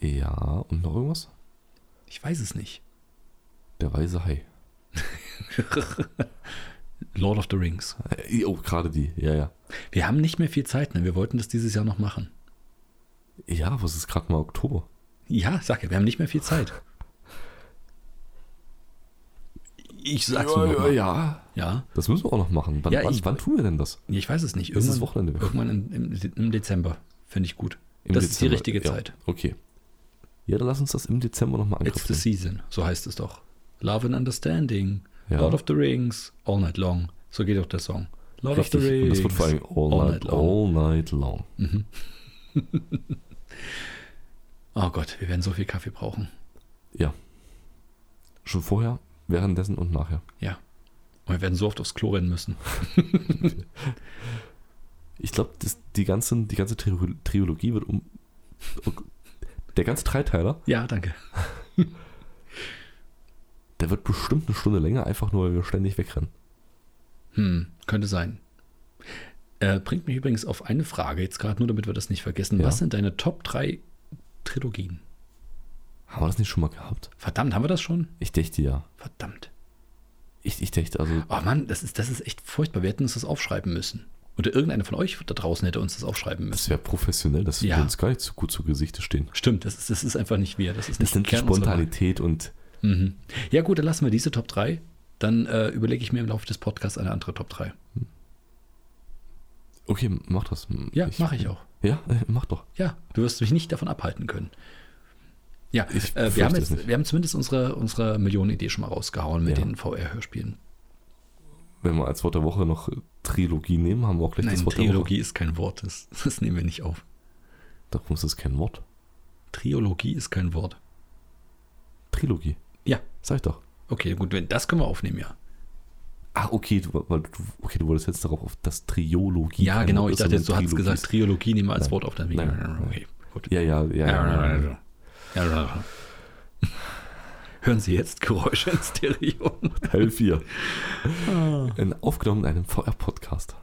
A: Ja, und noch irgendwas?
B: Ich weiß es nicht.
A: Der weiße Hai.
B: Lord of the Rings.
A: Äh, Oh, gerade die. Ja, ja.
B: Wir haben nicht mehr viel Zeit, ne? Wir wollten das dieses Jahr noch machen.
A: Ja, was ist gerade mal Oktober?
B: Ja, sag ja, wir haben nicht mehr viel Zeit. Ich sag's nur noch mal.
A: ja.
B: Ja,
A: Das müssen wir auch noch machen. Wann,
B: Ja,
A: wann,
B: ich-
A: wann tun wir denn das?
B: ich weiß es nicht.
A: Bis
B: Irgendwann,
A: das Wochenende weg.
B: irgendwann im, im, im Dezember. Finde ich gut. das ist die
A: Dezember.
B: richtige
A: ja,
B: Zeit.
A: Okay. Ja, dann lass uns das im Dezember nochmal
B: It's the
A: angreifen.
B: season. So heißt es doch. Love and Understanding.
A: Ja.
B: Lord of the Rings. All Night Long. So geht auch der Song. Lord of the
A: Richtig.
B: Rings.
A: Und das wird vor allem all, night, all night long.
B: Oh Gott, wir werden so viel Kaffee brauchen.
A: Ja. Schon vorher, währenddessen und nachher.
B: Ja. Und wir werden so oft aufs Klo rennen müssen.
A: Ich glaube, die, ganzen, die ganze Tri- Trilogie wird um. Der ganze Dreiteiler,
B: Ja, danke.
A: der wird bestimmt eine Stunde länger, einfach nur, weil wir ständig wegrennen.
B: Hm, könnte sein. Äh, bringt mich übrigens auf eine Frage, jetzt gerade nur damit wir das nicht vergessen.
A: Ja.
B: Was sind deine Top 3 Trilogien?
A: Haben wir das nicht schon mal gehabt?
B: Verdammt, haben wir das schon?
A: Ich dächte ja.
B: Verdammt.
A: Ich, ich dächte, also.
B: Oh Mann, das ist, das ist echt furchtbar. Wir hätten uns das aufschreiben müssen. Oder irgendeiner von euch da draußen hätte uns das aufschreiben müssen.
A: Das wäre professionell, dass
B: Ja.
A: wir uns gar nicht so gut zu Gesichte stehen.
B: Stimmt, das ist, das ist einfach nicht wir. Das
A: Das
B: ist nicht
A: nennt sich
B: Kern unserer
A: Spontanität und.
B: Wahl. Mhm. Ja, gut, dann lassen wir diese Top 3. Dann äh, überlege ich mir im Laufe des Podcasts eine andere Top 3.
A: Okay, mach das.
B: Ja, mache ich auch.
A: Ja, äh, mach doch.
B: Ja, du wirst mich nicht davon abhalten können. Ja,
A: Ich
B: äh, wir, haben
A: fürchte es
B: jetzt,
A: nicht.
B: wir haben zumindest unsere, unsere Millionenidee schon mal rausgehauen mit
A: Ja.
B: den VR-Hörspielen.
A: Wenn wir als Wort der Woche noch äh, Trilogie nehmen, haben wir auch gleich
B: Nein,
A: das Wort
B: Trilogie ist kein Wort, das, das nehmen wir nicht auf.
A: der Woche. Darum ist es kein Wort.
B: Trilogie ist kein Wort.
A: Trilogie.
B: Ja,
A: Sag ich doch.
B: okay, gut, wenn, das können wir aufnehmen, ja.
A: Ah, okay, du, weil du, okay, du wolltest jetzt darauf auf das Triologie.
B: Ja,
A: kein
B: genau.
A: Wort
B: Ich
A: ist,
B: dachte jetzt, du
A: sondern
B: hast gesagt,
A: Trilogies.
B: Triologie nehmen wir als
A: Nein.
B: Wort auf dein Video.
A: Nein.
B: Okay, gut.
A: Ja, ja, ja. ja, ja.
B: Hören Sie jetzt Geräusche in Stereo?
A: Teil 4. Ah. In, aufgenommen in einem VR-Podcast.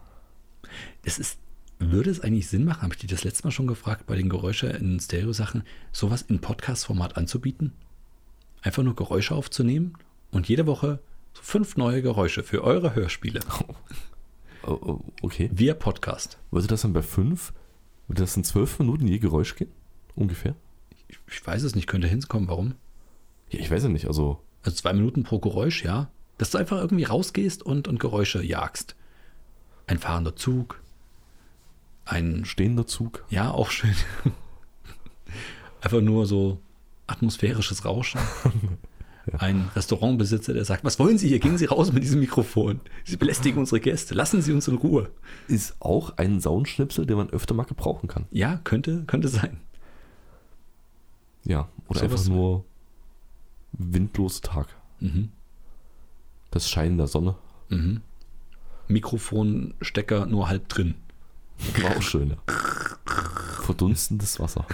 B: Es ist, würde es eigentlich Sinn machen, habe ich dich das letzte Mal schon gefragt, bei den Geräusche in Stereo-Sachen, sowas in Podcast-Format anzubieten? Einfach nur Geräusche aufzunehmen und jede Woche so fünf neue Geräusche für eure Hörspiele
A: Oh, oh, okay.
B: via Podcast.
A: Würde das dann bei 5, würde das in 12 Minuten je Geräusch gehen? Ungefähr?
B: Ich, ich weiß es nicht, könnte hinkommen, warum?
A: Ja, ich weiß ja nicht, also.
B: Also zwei Minuten pro Geräusch, ja. Dass du einfach irgendwie rausgehst und, und Geräusche jagst. Ein fahrender Zug, ein
A: Stehender Zug.
B: Ja, auch schön. Einfach nur so atmosphärisches Rauschen. Ein Restaurantbesitzer, der sagt, was wollen Sie hier? Gehen Sie raus mit diesem Mikrofon. Sie belästigen unsere Gäste. Lassen Sie uns in Ruhe.
A: Ist auch ein Soundschnipsel, den man öfter mal gebrauchen kann.
B: Ja, könnte, könnte sein.
A: Ja. Oder
B: So
A: einfach
B: was-
A: nur windloser Tag.
B: Mhm.
A: Das Scheinen der Sonne.
B: Mhm. Mikrofonstecker nur halb drin.
A: War auch schön, ja. Verdunstendes Wasser.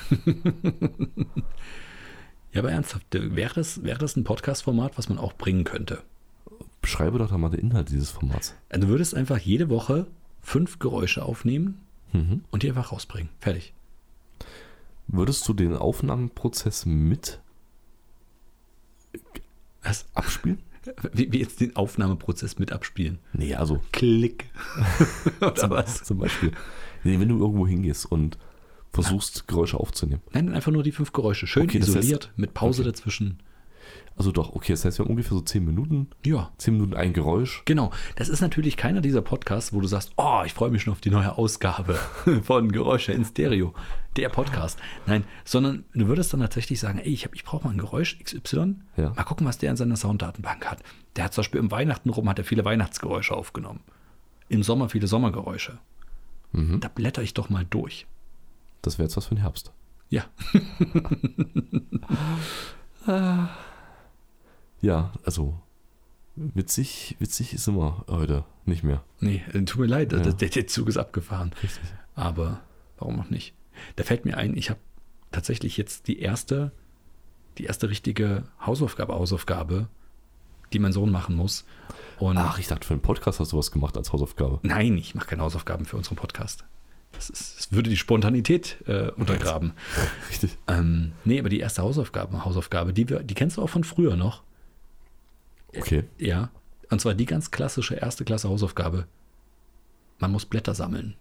B: Ja, aber ernsthaft, wäre das, wäre das ein Podcast-Format, was man auch bringen könnte?
A: Beschreibe doch einmal den Inhalt dieses Formats.
B: Also du würdest einfach jede Woche fünf Geräusche aufnehmen
A: Mhm.
B: und die einfach rausbringen. Fertig.
A: Würdest du den Aufnahmeprozess mit
B: Was?
A: abspielen?
B: Wie, wie jetzt den Aufnahmeprozess mit abspielen.
A: Nee, also
B: Klick. Oder was?
A: zum Beispiel. Nee, wenn du irgendwo hingehst und versuchst, Geräusche aufzunehmen.
B: Nein, einfach nur die fünf Geräusche. Schön
A: Okay, das
B: isoliert, mit Pause dazwischen.
A: Also doch, okay, das heißt, wir haben ungefähr so 10 Minuten,
B: Ja,
A: 10 Minuten ein Geräusch.
B: genau. Das ist natürlich keiner dieser Podcasts, wo du sagst, oh, ich freue mich schon auf die neue Ausgabe von Geräusche in Stereo. Der Podcast. Nein, sondern du würdest dann tatsächlich sagen, ey, ich, hab- ich brauche mal ein Geräusch XY.
A: Ja.
B: Mal gucken, was der in seiner Sounddatenbank hat. Der hat zum Beispiel im Weihnachten rum, hat er viele Weihnachtsgeräusche aufgenommen. Im Sommer viele Sommergeräusche.
A: Mhm.
B: Da blätter ich doch mal durch.
A: Das wäre jetzt was für den Herbst.
B: Ja,
A: Ja, also witzig, witzig ist immer heute nicht mehr.
B: Nee, äh, tut mir leid,
A: Ja.
B: der, der, der Zug ist abgefahren. Aber warum auch nicht? Da fällt mir ein, ich habe tatsächlich jetzt die erste, die erste richtige Hausaufgabe, Hausaufgabe, die mein Sohn machen muss. Und
A: Ach, ich dachte, für einen Podcast hast du was gemacht als Hausaufgabe.
B: nein, ich mache keine Hausaufgaben für unseren Podcast. Das, ist, das würde die Spontanität äh, untergraben.
A: Richtig.
B: ähm, nee, aber die erste Hausaufgabe, Hausaufgabe, die, wir, die kennst du auch von früher noch.
A: Okay.
B: Ja. Und zwar die ganz klassische erste Klasse Hausaufgabe. Man muss Blätter sammeln.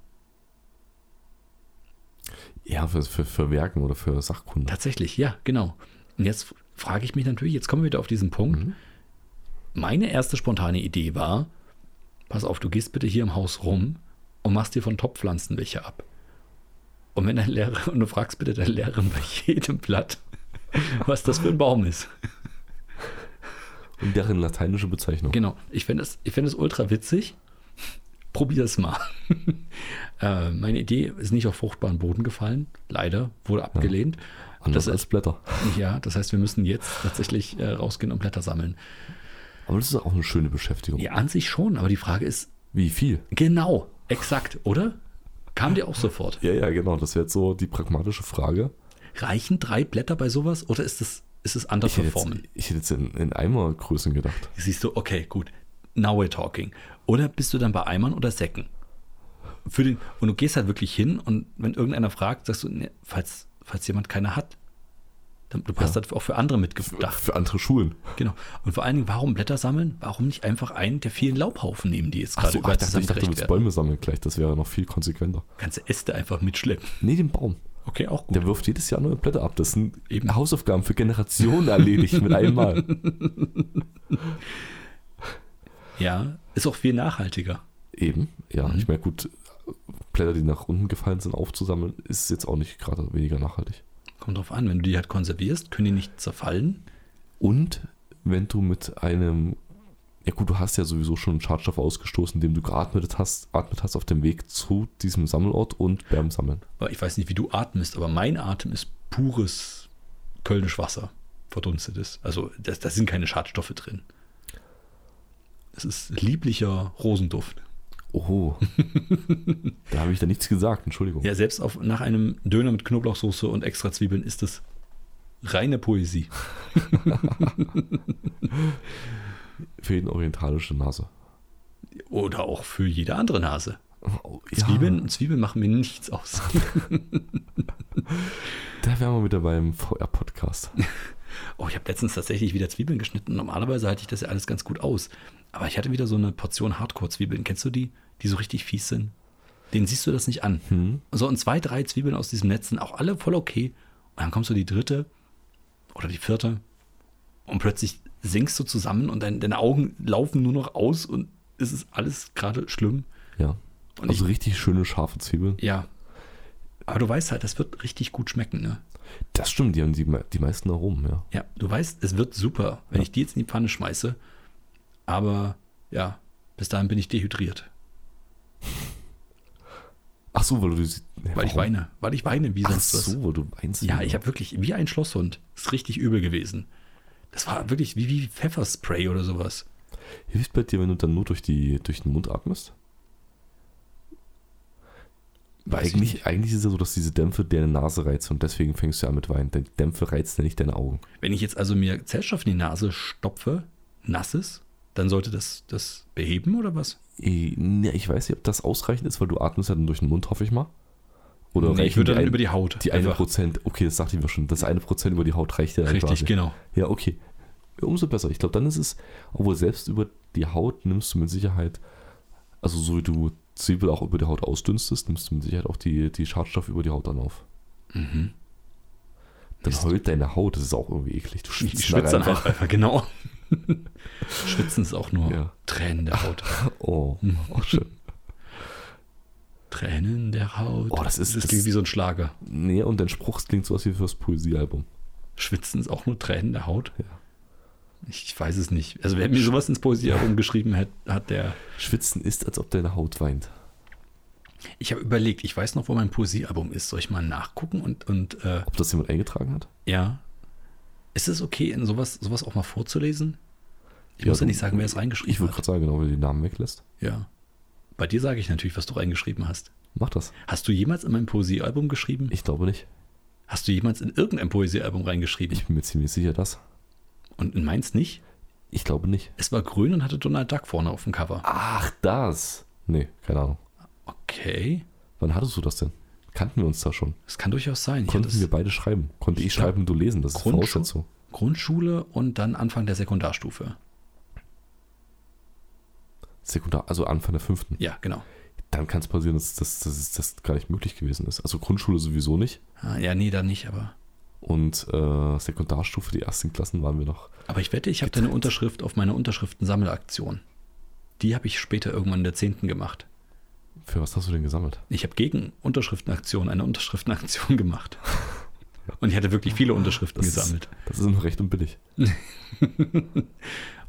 A: Ja, für, für, für Werken oder für Sachkunde.
B: Tatsächlich, ja, genau. Und jetzt f- frage ich mich natürlich, jetzt kommen wir wieder auf diesen Punkt. Meine erste spontane Idee war, pass auf, du gehst bitte hier im Haus rum und machst dir von Topfpflanzen welche ab. Und wenn dein Lehrer, und du fragst bitte deine Lehrerin bei jedem Blatt, was das für ein Baum ist.
A: Und deren lateinische Bezeichnung.
B: Genau, ich finde das, ich find das ultra witzig. Probier es mal. äh, meine Idee ist nicht auf fruchtbaren Boden gefallen, leider, wurde abgelehnt.
A: Anders
B: das-
A: als Blätter.
B: Ja, das heißt, wir müssen jetzt tatsächlich äh, rausgehen und Blätter sammeln.
A: Aber das ist auch eine schöne Beschäftigung.
B: Ja, an sich schon, aber die Frage ist,
A: Wie viel?
B: genau, exakt, oder? Kam dir auch sofort.
A: Ja, ja, genau. Das wäre jetzt so die pragmatische Frage.
B: Reichen drei Blätter bei sowas oder ist es, ist es anders
A: Ich hätte jetzt,
B: performen?
A: ich hätte jetzt in, in Eimergrößen gedacht.
B: Siehst du, okay, gut, now we're talking. Oder bist du dann bei Eimern oder Säcken? Für den, und du gehst halt wirklich hin und wenn irgendeiner fragt, sagst du, nee, falls, falls jemand keine hat, dann du hast halt auch für andere mitgedacht.
A: Für andere Schulen.
B: Genau. Und vor allen Dingen, warum Blätter sammeln? Warum nicht einfach einen der vielen Laubhaufen nehmen, die jetzt
A: Ach
B: gerade
A: so, ach,
B: überall
A: ich dachte, ich dachte, du
B: zusammengerecht
A: willst
B: werden?
A: Bäume sammeln gleich. Das wäre noch viel konsequenter.
B: Ganze Äste einfach mitschleppen.
A: Nee, den Baum.
B: Okay, auch gut.
A: Der wirft jedes Jahr neue Blätter ab. Das sind eben Hausaufgaben für Generationen erledigt mit einmal.
B: Ja, ist auch viel nachhaltiger.
A: Eben, ja. Ich meine, gut, Blätter, die nach unten gefallen sind, aufzusammeln, ist jetzt auch nicht gerade weniger nachhaltig.
B: Kommt drauf an, wenn du die halt konservierst, können die nicht zerfallen.
A: Und wenn du mit einem, ja gut, du hast ja sowieso schon einen Schadstoff ausgestoßen, indem du geatmet hast, atmet hast auf dem Weg zu diesem Sammelort und beim Sammeln.
B: Aber ich weiß nicht, wie du atmest, aber mein Atem ist pures Kölnisch Wasser, verdunstetes. Also das- da sind keine Schadstoffe drin. Es ist lieblicher Rosenduft.
A: Oh. da habe ich da nichts gesagt, Entschuldigung.
B: Ja, selbst auf, nach einem Döner mit Knoblauchsoße und extra Zwiebeln ist es reine Poesie.
A: Für jeden orientalische Nase.
B: Oder auch für jede andere Nase.
A: Oh,
B: Zwiebeln, Zwiebeln machen mir nichts aus.
A: Da wären wir wieder beim VR-Podcast.
B: Oh, ich habe letztens tatsächlich wieder Zwiebeln geschnitten. Normalerweise halte ich das ja alles ganz gut aus. Aber ich hatte wieder so eine Portion Hardcore-Zwiebeln. Kennst du die, die so richtig fies sind? Den siehst du das nicht an. So, und zwei, drei Zwiebeln aus diesem Netz sind auch alle voll okay. Und dann kommst du die dritte oder die vierte und plötzlich sinkst du zusammen und dein, deine Augen laufen nur noch aus und es ist alles gerade schlimm.
A: Ja.
B: Und
A: also richtig schöne scharfe Zwiebeln.
B: Ja. Aber du weißt halt, das wird richtig gut schmecken, ne?
A: Das stimmt, die haben die, me- die meisten Aromen, ja.
B: Ja, du weißt, es wird super, wenn ich die jetzt in die Pfanne schmeiße. Aber ja, bis dahin bin ich dehydriert.
A: Ach so, weil du die. Hä,
B: Weil ich
A: warum?
B: weine. Weil ich weine, wie
A: Ach
B: sonst was.
A: so, weil du weinst.
B: Ja,
A: wieder.
B: ich habe wirklich, wie ein Schlosshund, ist richtig übel gewesen. Das war wirklich wie, wie Pfefferspray oder sowas.
A: Hilft bei dir, wenn du dann nur durch, die, durch den Mund atmest?
B: Weiß ich
A: eigentlich, eigentlich ist es ja so, dass diese Dämpfe deine Nase reizen und deswegen fängst du an mit Weinen. Deine Dämpfe reizen ja nicht deine Augen.
B: Wenn ich jetzt also mir Zellstoff in die Nase stopfe, nasses, dann sollte das das beheben oder was?
A: Eh, ne, Ich weiß nicht, ob das ausreichend ist, weil du atmest ja dann durch den Mund, hoffe ich mal. Oder
B: Nee, ich
A: reichen
B: würde
A: die
B: dann
A: ein-
B: über die Haut.
A: Die eine
B: einfach.
A: Prozent, okay, das dachte ich mir schon. Das eine Prozent über die Haut reicht ja dann
B: Richtig,
A: quasi.
B: genau.
A: Ja, okay. Umso besser. Ich glaube, dann ist es, obwohl selbst über die Haut nimmst du mit Sicherheit, also so wie du Zwiebel auch über die Haut ausdünstest, nimmst du mit Sicherheit auch die, die Schadstoffe über die Haut dann auf.
B: Mhm.
A: Dann
B: Mist.
A: heult deine Haut, das ist auch irgendwie eklig. Du
B: Ich, ich
A: dabei
B: schwitze dann halt einfach, genau. Schwitzen ist auch nur
A: Ja.
B: Tränen der Haut.
A: Oh, oh, schön.
B: Tränen der Haut.
A: Oh, das ist-
B: das
A: das-
B: klingt wie so ein Schlager.
A: Nee, und dein Spruch klingt so was wie fürs Poesiealbum.
B: Schwitzen ist auch nur Tränen der Haut.
A: Ja.
B: Ich weiß es nicht. Also wer mir sowas ins Poesiealbum geschrieben hat, hat der.
A: Schwitzen ist, als ob deine Haut weint.
B: Ich habe überlegt. Ich weiß noch, wo mein Poesiealbum ist. Soll ich mal nachgucken und und äh,
A: Ob das jemand eingetragen hat?
B: ja. Ist es okay, in sowas sowas auch mal vorzulesen? Ich
A: Ja,
B: muss ja
A: du-
B: nicht sagen, wer es
A: Ich
B: reingeschrieben
A: würde
B: hat.
A: gerade sagen, genau, wenn du den Namen weglässt.
B: Ja. Bei dir sage ich natürlich, was du reingeschrieben hast.
A: Mach das.
B: Hast du jemals in meinem Poesiealbum geschrieben?
A: Ich glaube nicht.
B: Hast du jemals in irgendein Poesiealbum reingeschrieben?
A: Ich bin mir ziemlich sicher, dass.
B: Und in meins nicht?
A: Ich glaube nicht.
B: Es war grün und hatte Donald Duck vorne auf dem Cover.
A: Ach, das. Nee, keine Ahnung.
B: Okay.
A: Wann hattest du das denn? Kannten wir uns da schon?
B: Das kann durchaus sein. Ich
A: Konnten
B: hatte es
A: wir beide schreiben? Konnte ich,
B: Ich glaub,
A: schreiben und du lesen? Das ist
B: Grundschul-
A: Voraussetzung.
B: Grundschule und dann Anfang der Sekundarstufe.
A: Sekundar, also Anfang der fünften.
B: Ja, genau.
A: Dann kann es passieren, dass das, das, das gar nicht möglich gewesen ist. Also Grundschule sowieso nicht.
B: Ah, Ja, nee, da nicht, aber.
A: Und äh, Sekundarstufe, die ersten Klassen waren wir noch.
B: Aber ich wette, ich habe deine Unterschrift auf meiner Unterschriftensammelaktion. Die habe ich später irgendwann in der 10. gemacht.
A: Für was hast du denn gesammelt?
B: Ich habe gegen Unterschriftenaktion eine Unterschriftenaktion gemacht. Und ich hatte wirklich viele Unterschriften
A: Ah, Das ist-
B: gesammelt.
A: Das ist immer recht und billig.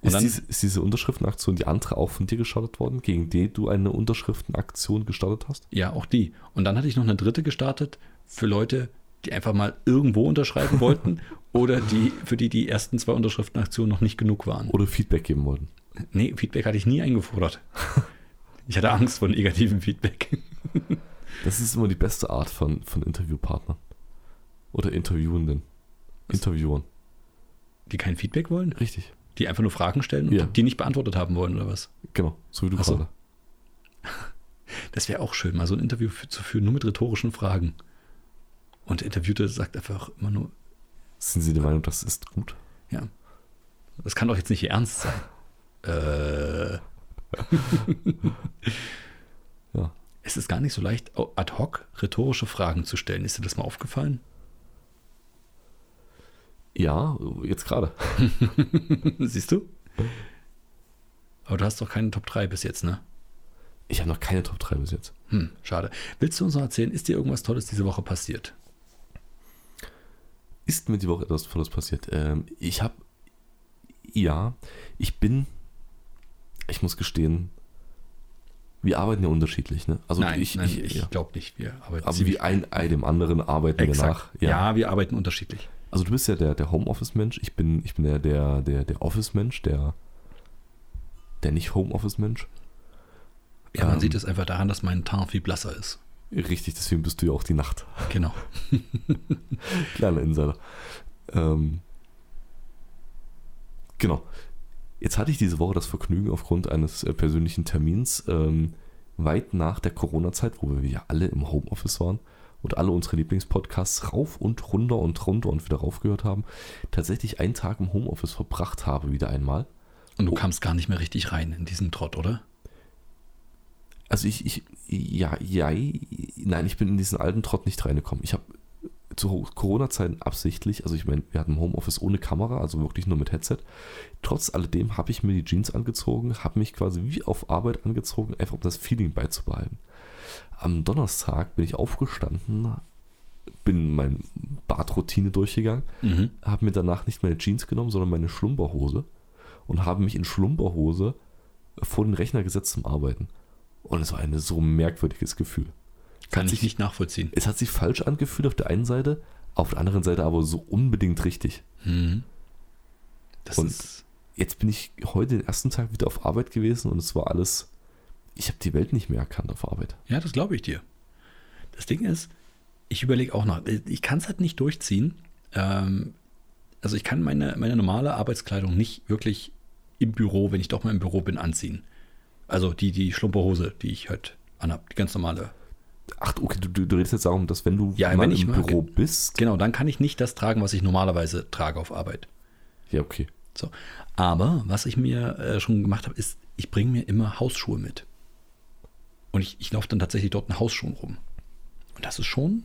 B: Und
A: Ist,
B: dann,
A: diese, ist diese Unterschriftenaktion, die andere auch von dir gestartet worden, gegen die du eine Unterschriftenaktion gestartet hast?
B: ja, auch die. Und dann hatte ich noch eine dritte gestartet für Leute, die einfach mal irgendwo unterschreiben wollten oder die, für die die ersten zwei Unterschriftenaktionen noch nicht genug waren.
A: Oder Feedback geben wollten?
B: Nee, Feedback hatte ich nie eingefordert. Ich hatte Angst vor negativem Feedback.
A: Das ist immer die beste Art von, von Interviewpartnern. Oder Interviewenden. Interviewern.
B: Die kein Feedback wollen?
A: Richtig.
B: Die einfach nur Fragen stellen und
A: Ja.
B: die nicht beantwortet haben wollen oder was?
A: Genau. So wie du
B: Ach so.
A: gerade.
B: Das wäre auch schön, mal so ein Interview fü- zu führen, nur mit rhetorischen Fragen. Und der Interviewte sagt einfach immer nur,
A: Sind Sie der Meinung, das ist gut?
B: ja, das kann doch jetzt nicht Ihr ernst sein. äh.
A: Ja.
B: Es ist gar nicht so leicht, au- ad hoc rhetorische Fragen zu stellen. Ist dir das mal aufgefallen?
A: Ja, jetzt gerade.
B: Siehst du? Aber du hast doch keinen Top 3 bis jetzt, ne?
A: Ich habe noch keine Top 3 bis jetzt.
B: Hm, schade. Willst du uns noch erzählen, ist dir irgendwas Tolles diese Woche passiert?
A: Ist mir die Woche etwas Tolles passiert? Ähm, ich habe. Ja, ich bin. Ich muss gestehen, wir arbeiten ja unterschiedlich, ne? Also
B: nein,
A: ich.
B: nein,
A: ich,
B: ich
A: ja.
B: glaube nicht. Wir arbeiten
A: Aber wie ein Ei dem anderen arbeiten
B: exakt.
A: wir nach.
B: Ja. wir arbeiten unterschiedlich.
A: Also du bist ja der, der Homeoffice-Mensch, ich bin, ich bin der, der, der, der Office-Mensch, der, der nicht Homeoffice-Mensch.
B: Ja, man
A: Ähm.
B: sieht es einfach daran, dass mein Tarn viel blasser ist.
A: Richtig, deswegen bist du ja auch die Nacht.
B: Genau.
A: Kleiner Insider. Ähm, genau. Jetzt hatte ich diese Woche das Vergnügen, aufgrund eines äh, persönlichen Termins, ähm, weit nach der Corona-Zeit, wo wir ja alle im Homeoffice waren und alle unsere Lieblingspodcasts rauf und runter und runter und wieder raufgehört haben, tatsächlich einen Tag im Homeoffice verbracht habe, wieder einmal.
B: Und du
A: Oh.
B: kamst gar nicht mehr richtig rein in diesen Trott, oder?
A: Also ich, ich, ja, ja, nein, ich bin in diesen alten Trott nicht reingekommen. Ich habe zu Ho- Corona-Zeiten absichtlich, also ich meine, wir hatten Homeoffice ohne Kamera, also wirklich nur mit Headset. Trotz alledem habe ich mir die Jeans angezogen, habe mich quasi wie auf Arbeit angezogen, einfach um das Feeling beizubehalten. Am Donnerstag bin ich aufgestanden, bin meine Badroutine durchgegangen,
B: Mhm.
A: habe mir danach nicht meine Jeans genommen, sondern meine Schlumperhose und habe mich in Schlumperhose vor den Rechner gesetzt zum Arbeiten. Und es war ein so merkwürdiges Gefühl.
B: Kann
A: Hat
B: ich
A: sich-
B: nicht nachvollziehen.
A: Es hat sich falsch angefühlt auf der einen Seite, auf der anderen Seite aber so unbedingt richtig.
B: Mhm. Das
A: Und-
B: ist.
A: Jetzt bin ich heute den ersten Tag wieder auf Arbeit gewesen und es war alles. Ich habe die Welt nicht mehr erkannt auf Arbeit.
B: Ja, das glaube ich dir. Das Ding ist, ich überlege auch noch, ich kann es halt nicht durchziehen. Ähm, also ich kann meine, meine normale Arbeitskleidung nicht wirklich im Büro, wenn ich doch mal im Büro bin, anziehen. Also die, die Schlumperhose, die ich halt anhab, die ganz normale.
A: Ach, okay, du, du, du redest jetzt darum, dass wenn du
B: Ja, wenn ich
A: im
B: mal-
A: Büro bist.
B: Genau, dann kann ich nicht das tragen, was ich normalerweise trage auf Arbeit.
A: Ja, okay.
B: So. Aber was ich mir äh, schon gemacht habe, ist, ich bringe mir immer Hausschuhe mit. Und ich, ich laufe dann tatsächlich dort in Hausschuhen rum. Und das ist schon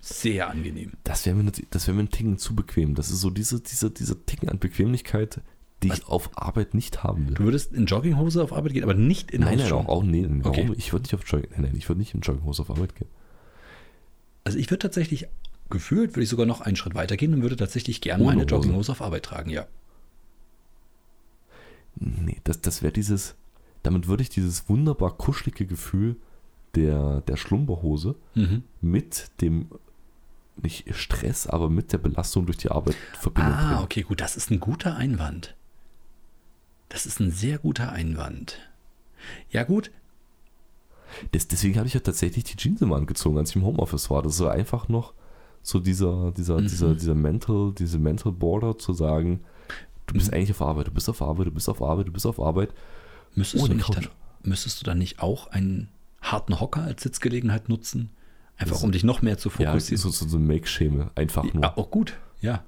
B: sehr angenehm.
A: Das wäre mir, nat- das wär mir ein Ticken zu bequem. Das ist so diese, diese, diese Ticken an Bequemlichkeit, die ich auf Arbeit nicht haben will.
B: Du würdest in Jogginghose auf Arbeit gehen, aber nicht in
A: Nein, nein,
B: Hausschuhen.
A: auch, auch nee, warum?
B: Okay.
A: Ich würde nicht auf Jogging, nein, nein, ich würde nicht in Jogginghose auf Arbeit gehen.
B: Also ich würde tatsächlich, gefühlt würde ich sogar noch einen Schritt weiter gehen und würde tatsächlich gerne
A: Ohne
B: meine
A: Hose.
B: Jogginghose auf Arbeit tragen, ja.
A: Nee, das, das wäre dieses, damit würde ich dieses wunderbar kuschelige Gefühl der, der Schlumperhose
B: Mhm.
A: mit dem, nicht Stress, aber mit der Belastung durch die Arbeit in Verbindung
B: Ah,
A: bringen.
B: okay, gut, das ist ein guter Einwand. Das ist ein sehr guter Einwand. Ja gut,
A: Des, deswegen habe ich ja tatsächlich die Jeans immer angezogen, als ich im Homeoffice war. Das war einfach noch so dieser, dieser,
B: Mhm.
A: dieser, dieser Mental, diese Mental Border zu sagen, du
B: Mhm.
A: bist eigentlich auf Arbeit, du bist auf Arbeit, du bist auf Arbeit, du bist auf Arbeit.
B: Müsstest,
A: Ohne
B: du nicht
A: Couch.
B: dann, müsstest du dann nicht auch einen harten Hocker als Sitzgelegenheit nutzen? Einfach um dich noch mehr zu
A: Ja, so,
B: fokussieren.
A: so, so eine Make-Schäme, einfach nur.
B: Ja, auch gut, ja.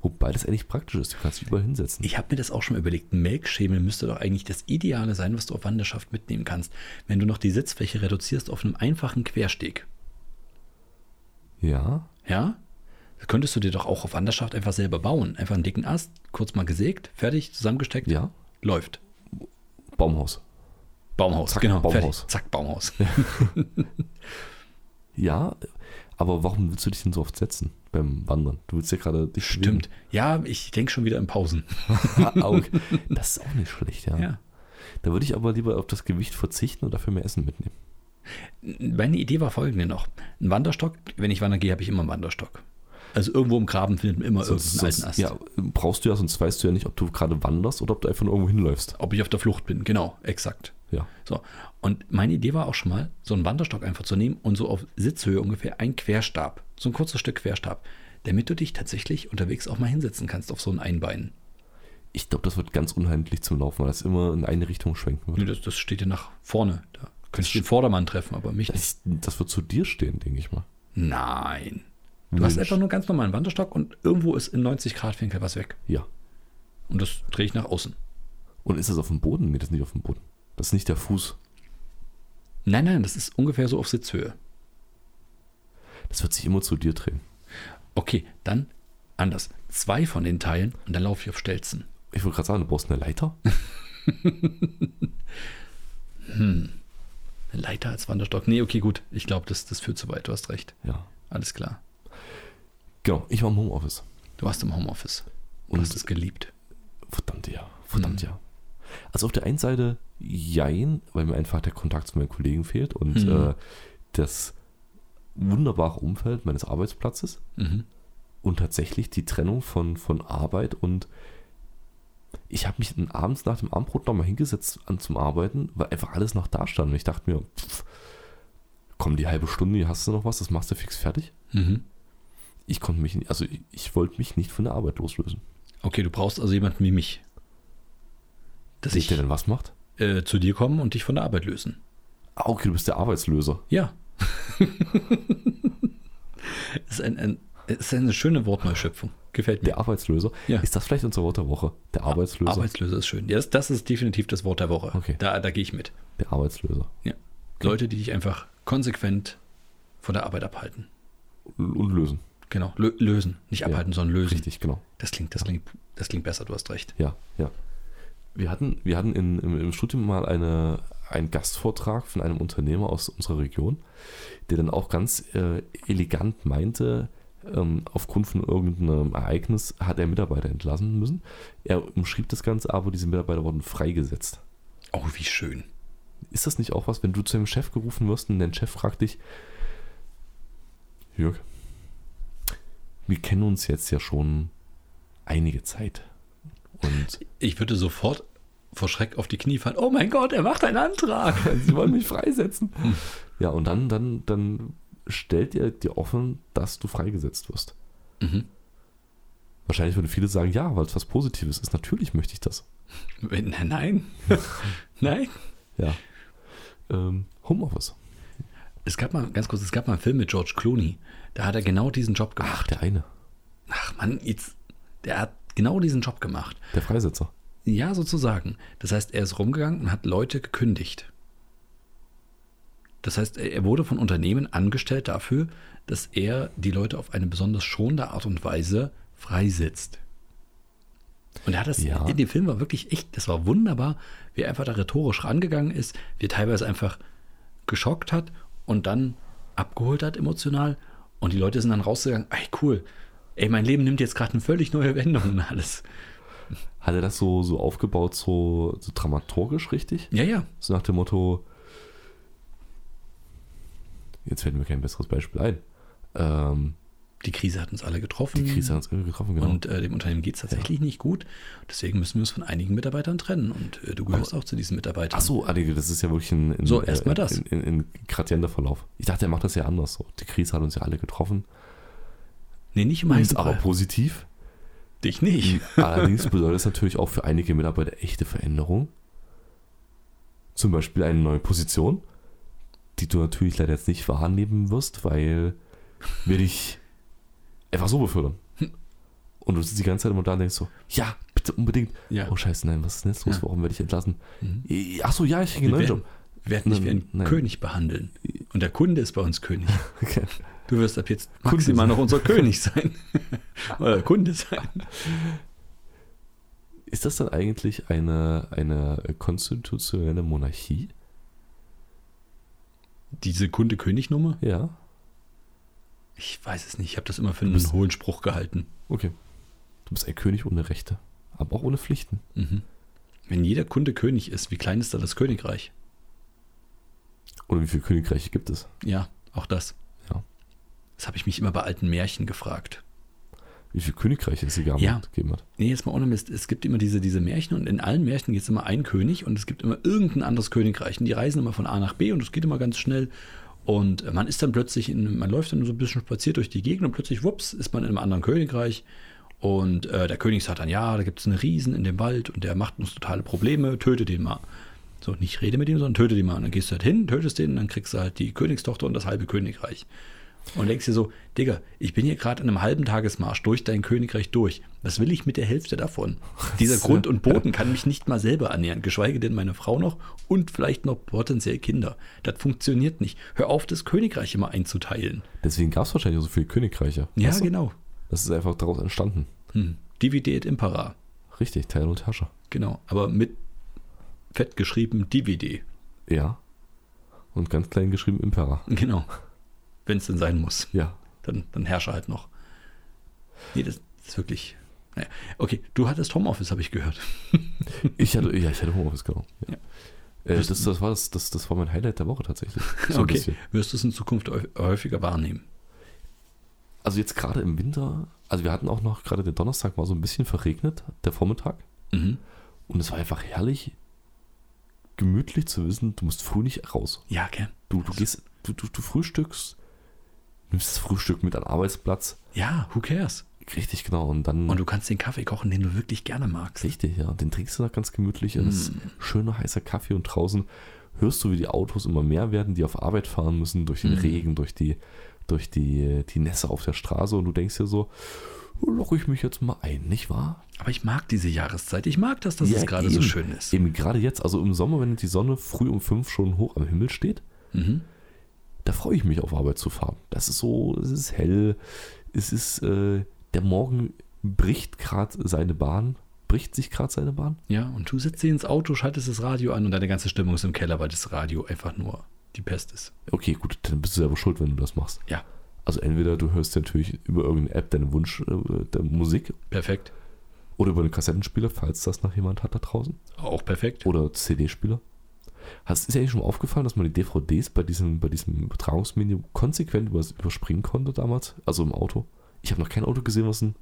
A: Wobei das eigentlich praktisch ist, du kannst dich überall hinsetzen.
B: Ich habe mir das auch schon mal überlegt. Ein Melkschemel müsste doch eigentlich das Ideale sein, was du auf Wanderschaft mitnehmen kannst, wenn du noch die Sitzfläche reduzierst auf einem einfachen Quersteg.
A: Ja,
B: Ja? Das könntest du dir doch auch auf Wanderschaft einfach selber bauen. Einfach einen dicken Ast, kurz mal gesägt, fertig, zusammengesteckt,
A: ja.
B: läuft.
A: Baumhaus.
B: Baumhaus,
A: Zack,
B: genau,
A: Baumhaus.
B: fertig. Zack, Baumhaus.
A: Ja, aber warum willst du dich denn so oft setzen beim Wandern? Du willst ja gerade dich bewegen.
B: Stimmt. Ja, ich denke schon wieder in Pausen.
A: Ah, okay. Das ist auch nicht schlecht, ja.
B: Ja.
A: Da würde ich aber lieber auf das Gewicht verzichten und dafür mehr Essen mitnehmen.
B: Meine Idee war folgende noch. Ein Wanderstock, wenn ich wandern gehe, habe ich immer einen Wanderstock. Also irgendwo im Graben findet man immer irgendeinen alten Ast.
A: ja, brauchst du ja, sonst weißt du ja nicht, ob du gerade wanderst oder ob du einfach nur irgendwo hinläufst.
B: Ob ich auf der Flucht bin, genau, exakt.
A: Ja.
B: So. Und meine Idee war auch schon mal, so einen Wanderstock einfach zu nehmen und so auf Sitzhöhe ungefähr ein Querstab, so ein kurzes Stück Querstab, damit du dich tatsächlich unterwegs auch mal hinsetzen kannst auf so ein Einbein.
A: Ich glaube, das wird ganz unheimlich zum Laufen, weil das immer in eine Richtung schwenken
B: Nee,
A: wird.
B: Das, das steht ja nach vorne. Da könntest du
A: st-
B: den Vordermann treffen, aber mich nicht.
A: Das, das wird zu dir stehen, denke ich mal.
B: Nein. Du hast
A: Mensch.
B: einfach nur ganz normalen Wanderstock und irgendwo ist in 90 Grad Winkel was weg.
A: Ja.
B: Und das drehe ich nach außen.
A: Und ist das auf dem Boden? Nee, das ist nicht auf dem Boden. Das ist nicht der Fuß.
B: Nein, nein, das ist ungefähr so auf Sitzhöhe.
A: Das wird sich immer zu dir drehen.
B: Okay, dann anders. Zwei von den Teilen und dann laufe ich auf Stelzen.
A: Ich wollte gerade sagen, du brauchst eine Leiter.
B: Eine Leiter als Wanderstock. Nee, okay, gut. Ich glaube, das, das führt zu weit. Du hast recht.
A: Ja.
B: Alles klar.
A: Genau, ich war im Homeoffice.
B: Du warst im Homeoffice und
A: Und-
B: hast es geliebt.
A: Verdammt ja, verdammt
B: Hm.
A: ja. Also auf der einen Seite jein, weil mir einfach der Kontakt zu meinen Kollegen fehlt und
B: Mhm.
A: äh, das wunderbare Umfeld meines Arbeitsplatzes
B: Mhm.
A: und tatsächlich die Trennung von, von Arbeit und ich habe mich dann abends nach dem Abendbrot nochmal hingesetzt an, zum Arbeiten, weil einfach alles noch da stand. Und ich dachte mir, pff, komm, die halbe Stunde, hier hast du noch was, das machst du fix fertig.
B: Mhm.
A: Ich konnte mich, nicht- also ich, ich wollte mich nicht von der Arbeit loslösen.
B: Okay, du brauchst also jemanden wie mich. Dass
A: Seht
B: Also ich
A: ihr denn was macht?
B: äh, zu dir kommen und dich von der Arbeit lösen.
A: Ah, okay, du bist der Arbeitslöser.
B: Ja. ist, ein, ein, ist eine schöne Wortneuschöpfung. Gefällt mir.
A: Der Arbeitslöser.
B: Ja. Ah,
A: Ist das vielleicht unser Wort der Woche? Der Arbeitslöser.
B: Arbeitslöser ist schön. Ja, das, das ist definitiv das Wort der Woche.
A: Okay.
B: Da, da gehe ich mit.
A: der Arbeitslöser.
B: Ja. Leute, die dich einfach konsequent von der Arbeit abhalten.
A: Und lösen.
B: Genau. Lö lösen. Nicht abhalten, sondern lösen.
A: Richtig, genau.
B: Das klingt, das klingt, das klingt besser, du hast recht.
A: Ja, ja. Wir hatten, wir hatten in, im, im Studium mal eine, einen Gastvortrag von einem Unternehmer aus unserer Region, der dann auch ganz äh, elegant meinte, ähm, aufgrund von irgendeinem Ereignis hat er Mitarbeiter entlassen müssen. Er umschrieb das Ganze, aber diese Mitarbeiter wurden freigesetzt.
B: Oh, wie schön.
A: Ist das nicht auch was, wenn du zu deinem Chef gerufen wirst und dein Chef fragt dich, Jörg, wir kennen uns jetzt ja schon einige Zeit. Und
B: Ich würde sofort vor Schreck auf die Knie fallen. Oh mein Gott, er macht einen Antrag.
A: Sie wollen mich freisetzen.
B: Hm.
A: Ja, und dann, dann, dann stellt ihr dir offen, dass du freigesetzt wirst.
B: Mhm.
A: Wahrscheinlich würden viele sagen, ja, weil es was Positives ist. Natürlich möchte ich das.
B: Nein, nein. nein.
A: Ja. Ähm, Homeoffice.
B: Es gab mal, ganz kurz, es gab mal einen Film mit George Clooney. Da hat er genau diesen Job
A: Ach,
B: gemacht.
A: der eine,
B: Ach Mann, jetzt, der hat genau diesen Job gemacht.
A: der Freisetzer.
B: Ja, sozusagen. Das heißt, er ist rumgegangen und hat Leute gekündigt. Das heißt, er er wurde von Unternehmen angestellt dafür, dass er die Leute auf eine besonders schonende Art und Weise freisetzt. Und er hat das
A: Ja.
B: in dem Film war wirklich echt, das war wunderbar, wie er einfach da rhetorisch rangegangen ist, wie er teilweise einfach geschockt hat und dann abgeholt hat emotional. Und die Leute sind dann rausgegangen, ey cool, ey mein Leben nimmt jetzt gerade eine völlig neue Wendung und alles.
A: Hat er das so, so aufgebaut, so, so dramaturgisch richtig?
B: Ja, ja,
A: So nach dem Motto, jetzt fällt mir kein besseres Beispiel ein. Ähm,
B: die Krise hat uns alle getroffen.
A: die Krise hat uns alle getroffen, genau.
B: Mhm. Und äh, dem Unternehmen geht es tatsächlich nicht gut. Deswegen müssen wir uns von einigen Mitarbeitern trennen. Und äh, du gehörst auch zu diesen Mitarbeitern.
A: Ach so, ah, nee, das ist ja wirklich ein, ein
B: So,
A: äh,
B: erst mal das.
A: Ein, ein, ein gradierender Verlauf. Ich dachte, er macht das ja anders so. Die Krise hat uns ja alle getroffen.
B: Nee, nicht im
A: Ist aber Hm.
B: Einzelfall.
A: positiv.
B: Dich nicht.
A: Allerdings bedeutet es natürlich auch für einige Mitarbeiter echte Veränderung. Zum Beispiel eine neue Position, die du natürlich leider jetzt nicht wahrnehmen wirst, weil wir dich einfach so befördern.
B: Hm.
A: Und du sitzt die ganze Zeit immer da und denkst so, ja, bitte unbedingt.
B: Ja.
A: Oh scheiße, nein, was ist denn jetzt los?
B: Ja.
A: Warum werde ich entlassen?
B: Mhm.
A: Ach so, ja, ich kriege einen
B: Wir
A: neuen
B: werden,
A: Job.
B: werden dich wie
A: Nein,
B: einen
A: nein.
B: König behandeln. Und der Kunde ist bei uns König.
A: Okay.
B: Du wirst ab jetzt
A: Kunde
B: maximal
A: sein.
B: noch unser König sein. Oder Kunde sein.
A: Ist das dann eigentlich eine, eine konstitutionelle Monarchie?
B: Diese Kunde-König-Nummer?
A: Ja,
B: Ich weiß es nicht. Ich habe das immer für einen hohlen Spruch gehalten.
A: okay. Du bist ein König ohne Rechte, aber auch ohne Pflichten.
B: Mhm. Wenn jeder Kunde König ist, wie klein ist da das Königreich?
A: Oder wie viele Königreiche gibt es?
B: Ja, auch das.
A: Ja.
B: Das habe ich mich immer bei alten Märchen gefragt.
A: Wie viele Königreiche es egal
B: Ja.
A: gegeben hat?
B: Nee, jetzt mal ohne Mist. Es gibt immer diese, diese Märchen und in allen Märchen geht es immer ein König und es gibt immer irgendein anderes Königreich. Und die reisen immer von A nach B und es geht immer ganz schnell. Und äh, man ist dann plötzlich, in, man läuft dann so ein bisschen spaziert durch die Gegend und plötzlich, wups, ist man in einem anderen Königreich. Und äh, der König sagt dann, ja, da gibt es einen Riesen in dem Wald und der macht uns totale Probleme, töte den mal. So, nicht rede mit ihm, sondern töte den mal. Und dann gehst du halt hin, tötest den und dann kriegst du halt die Königstochter und das halbe Königreich. Und denkst dir so, Digga, ich bin hier gerade in einem halben Tagesmarsch durch dein Königreich durch. Was will ich mit der Hälfte davon? Dieser
A: Ja.
B: Grund und Boden kann mich nicht mal selber ernähren, geschweige denn meine Frau noch und vielleicht noch potenziell Kinder. Das funktioniert nicht. Hör auf, das Königreich immer einzuteilen.
A: Deswegen gab es wahrscheinlich auch so viele Königreiche.
B: Ja,
A: Weißt du?
B: genau.
A: Das ist einfach daraus entstanden.
B: Hm. Divide et impera.
A: Richtig, Teil und Herrscher.
B: Genau. Aber mit fett geschrieben Divide.
A: Ja. Und ganz klein geschrieben Impera.
B: Genau. Wenn es denn sein muss.
A: Ja.
B: dann, dann herrsche halt noch. Nee, das ist wirklich. Naja. Okay, du hattest Homeoffice, habe ich gehört.
A: Ich hatte, ja, ich hatte Homeoffice, genau. Ja.
B: Ja.
A: Äh, das, das, war das, das, das war mein Highlight der Woche tatsächlich. So ein
B: okay.
A: bisschen.
B: Wirst du es in Zukunft häu- häufiger wahrnehmen?
A: Also jetzt gerade im Winter, also wir hatten auch noch gerade der Donnerstag war so ein bisschen verregnet, der Vormittag.
B: Mhm.
A: Und es war einfach herrlich, gemütlich zu wissen, du musst früh nicht raus.
B: Ja, gell?
A: Du, du gehst, du, du, du frühstückst, nimmst das Frühstück mit an den Arbeitsplatz.
B: Ja, who cares?
A: Richtig, genau. Und dann.
B: Und du kannst den Kaffee kochen, den du wirklich gerne magst.
A: richtig, ja. Den trinkst du da ganz gemütlich. Es ist schöner, heißer Kaffee und draußen hörst du, wie die Autos immer mehr werden, die auf Arbeit fahren müssen, durch den
B: Mhm.
A: Regen, durch die, durch die, die Nässe auf der Straße. Und du denkst dir so, locke ich mich jetzt mal ein, nicht wahr?
B: Aber ich mag diese Jahreszeit. Ich mag das, dass
A: Ja,
B: es gerade so
A: eben.
B: schön ist.
A: Eben gerade jetzt, also im Sommer, wenn die Sonne früh um fünf schon hoch am Himmel steht,
B: Mhm.
A: da freue ich mich auf Arbeit zu fahren. Das ist so, es ist hell, es ist, äh, der Morgen bricht gerade seine Bahn, bricht sich gerade seine Bahn.
B: Ja, und du sitzt hier ins Auto, schaltest das Radio an und deine ganze Stimmung ist im Keller, weil das Radio einfach nur die Pest ist.
A: Okay, gut, dann bist du selber schuld, wenn du das machst.
B: Ja,
A: Also entweder du hörst dir natürlich über irgendeine App deinen Wunsch äh, der Musik
B: perfekt.
A: oder über einen Kassettenspieler, falls das noch jemand hat da draußen.
B: Auch perfekt.
A: Oder CD-Spieler. Hast ist ja eigentlich schon mal aufgefallen, dass man die DVDs bei diesem, bei diesem Übertragungsmedium konsequent übers- überspringen konnte damals? Also im Auto. Ich habe noch kein Auto gesehen, was ein.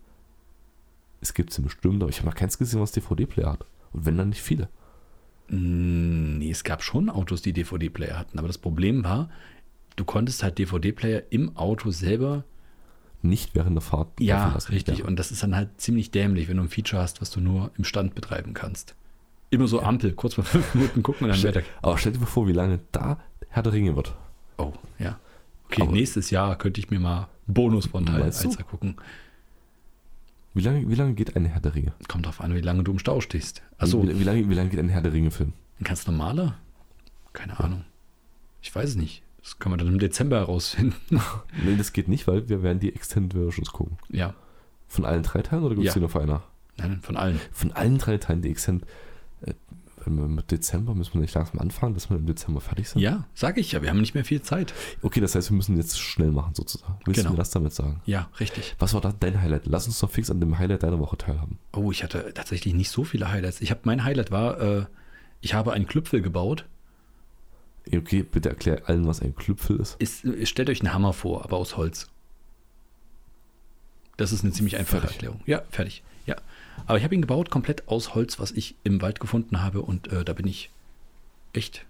A: Es gibt es bestimmt, aber ich habe noch keins gesehen, was DVD-Player hat. Und wenn dann nicht viele.
B: Mm, Nee, es gab schon Autos, die DVD-Player hatten, aber das Problem war, du konntest halt DVD-Player im Auto selber
A: Nicht während der Fahrt.
B: Ja,
A: laufen lassen.
B: richtig.
A: Ja.
B: Und das ist dann halt ziemlich dämlich, wenn du ein Feature hast, was du nur im Stand betreiben kannst. Immer so Ampel, kurz mal fünf Minuten gucken und dann weiter.
A: Stell, aber stell dir mal vor, wie lange da Herr der Ringe wird.
B: Oh, ja. Okay,
A: Aber-
B: nächstes Jahr könnte ich mir mal Bonus von Teil
A: Meinst du?
B: 1 gucken.
A: Wie lange, wie lange geht ein Herr der Ringe?
B: Kommt drauf an, wie lange du im Stau stehst. Also
A: Wie, wie, lange, wie lange geht ein Herr der Ringe-Film?
B: ein ganz normaler? Keine Ahnung. Ich weiß es nicht. Das können wir dann im Dezember herausfinden.
A: Nee, das geht nicht, weil wir werden die Extended Versions gucken.
B: ja,
A: Von allen drei Teilen oder gibt es
B: Ja.
A: die nur von einer?
B: nein, von allen.
A: von allen drei Teilen die Extend. Äh, wenn wir mit Dezember müssen wir nicht langsam anfangen, dass wir im Dezember fertig sind.
B: Ja, sage ich ja, wir haben nicht mehr viel Zeit.
A: Okay, das heißt, wir müssen jetzt schnell machen sozusagen. Willst
B: Genau.
A: du mir das damit sagen?
B: Ja, richtig.
A: Was war da dein Highlight? Lass uns doch fix an dem Highlight deiner Woche teilhaben.
B: Oh, ich hatte tatsächlich nicht so viele Highlights. Ich habe mein Highlight war, äh, ich habe einen Klüpfel gebaut.
A: Okay, bitte erklär allen, was ein Klüpfel ist.
B: Ist, stellt euch einen Hammer vor, aber aus Holz. Das ist eine ziemlich einfache
A: Fertig.
B: Erklärung. Ja, fertig. Ja. Aber ich habe ihn gebaut komplett aus Holz, was ich im Wald gefunden habe und äh, da bin ich echt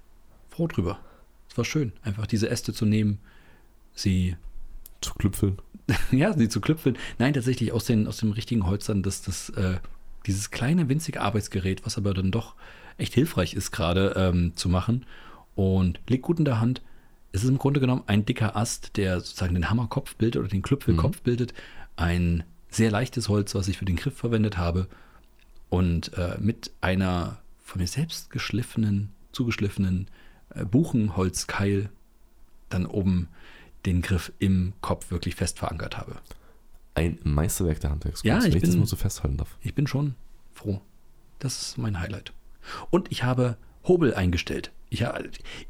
B: froh drüber. Es war schön, einfach diese Äste zu nehmen, sie
A: Zu Klüpfeln.
B: ja, sie zu klüpfeln. Nein, tatsächlich aus, den, aus dem richtigen Holzern, das, das, äh, dieses kleine, winzige Arbeitsgerät, was aber dann doch echt hilfreich ist, gerade ähm, zu machen. Und liegt gut in der Hand. Es ist im Grunde genommen ein dicker Ast, der sozusagen den Hammerkopf bildet oder den Klüpfelkopf bildet. Ein sehr leichtes Holz, was ich für den Griff verwendet habe. Und äh, mit einer von mir selbst geschliffenen, zugeschliffenen äh, Buchenholzkeil dann oben den Griff im Kopf wirklich fest verankert habe.
A: Ein Meisterwerk der Handwerkskunst,
B: Ja, ich
A: wenn ich das
B: bin-
A: mal so festhalten darf.
B: Ich bin schon froh. Das ist mein Highlight. Und ich habe Hobel eingestellt. Ich, ha-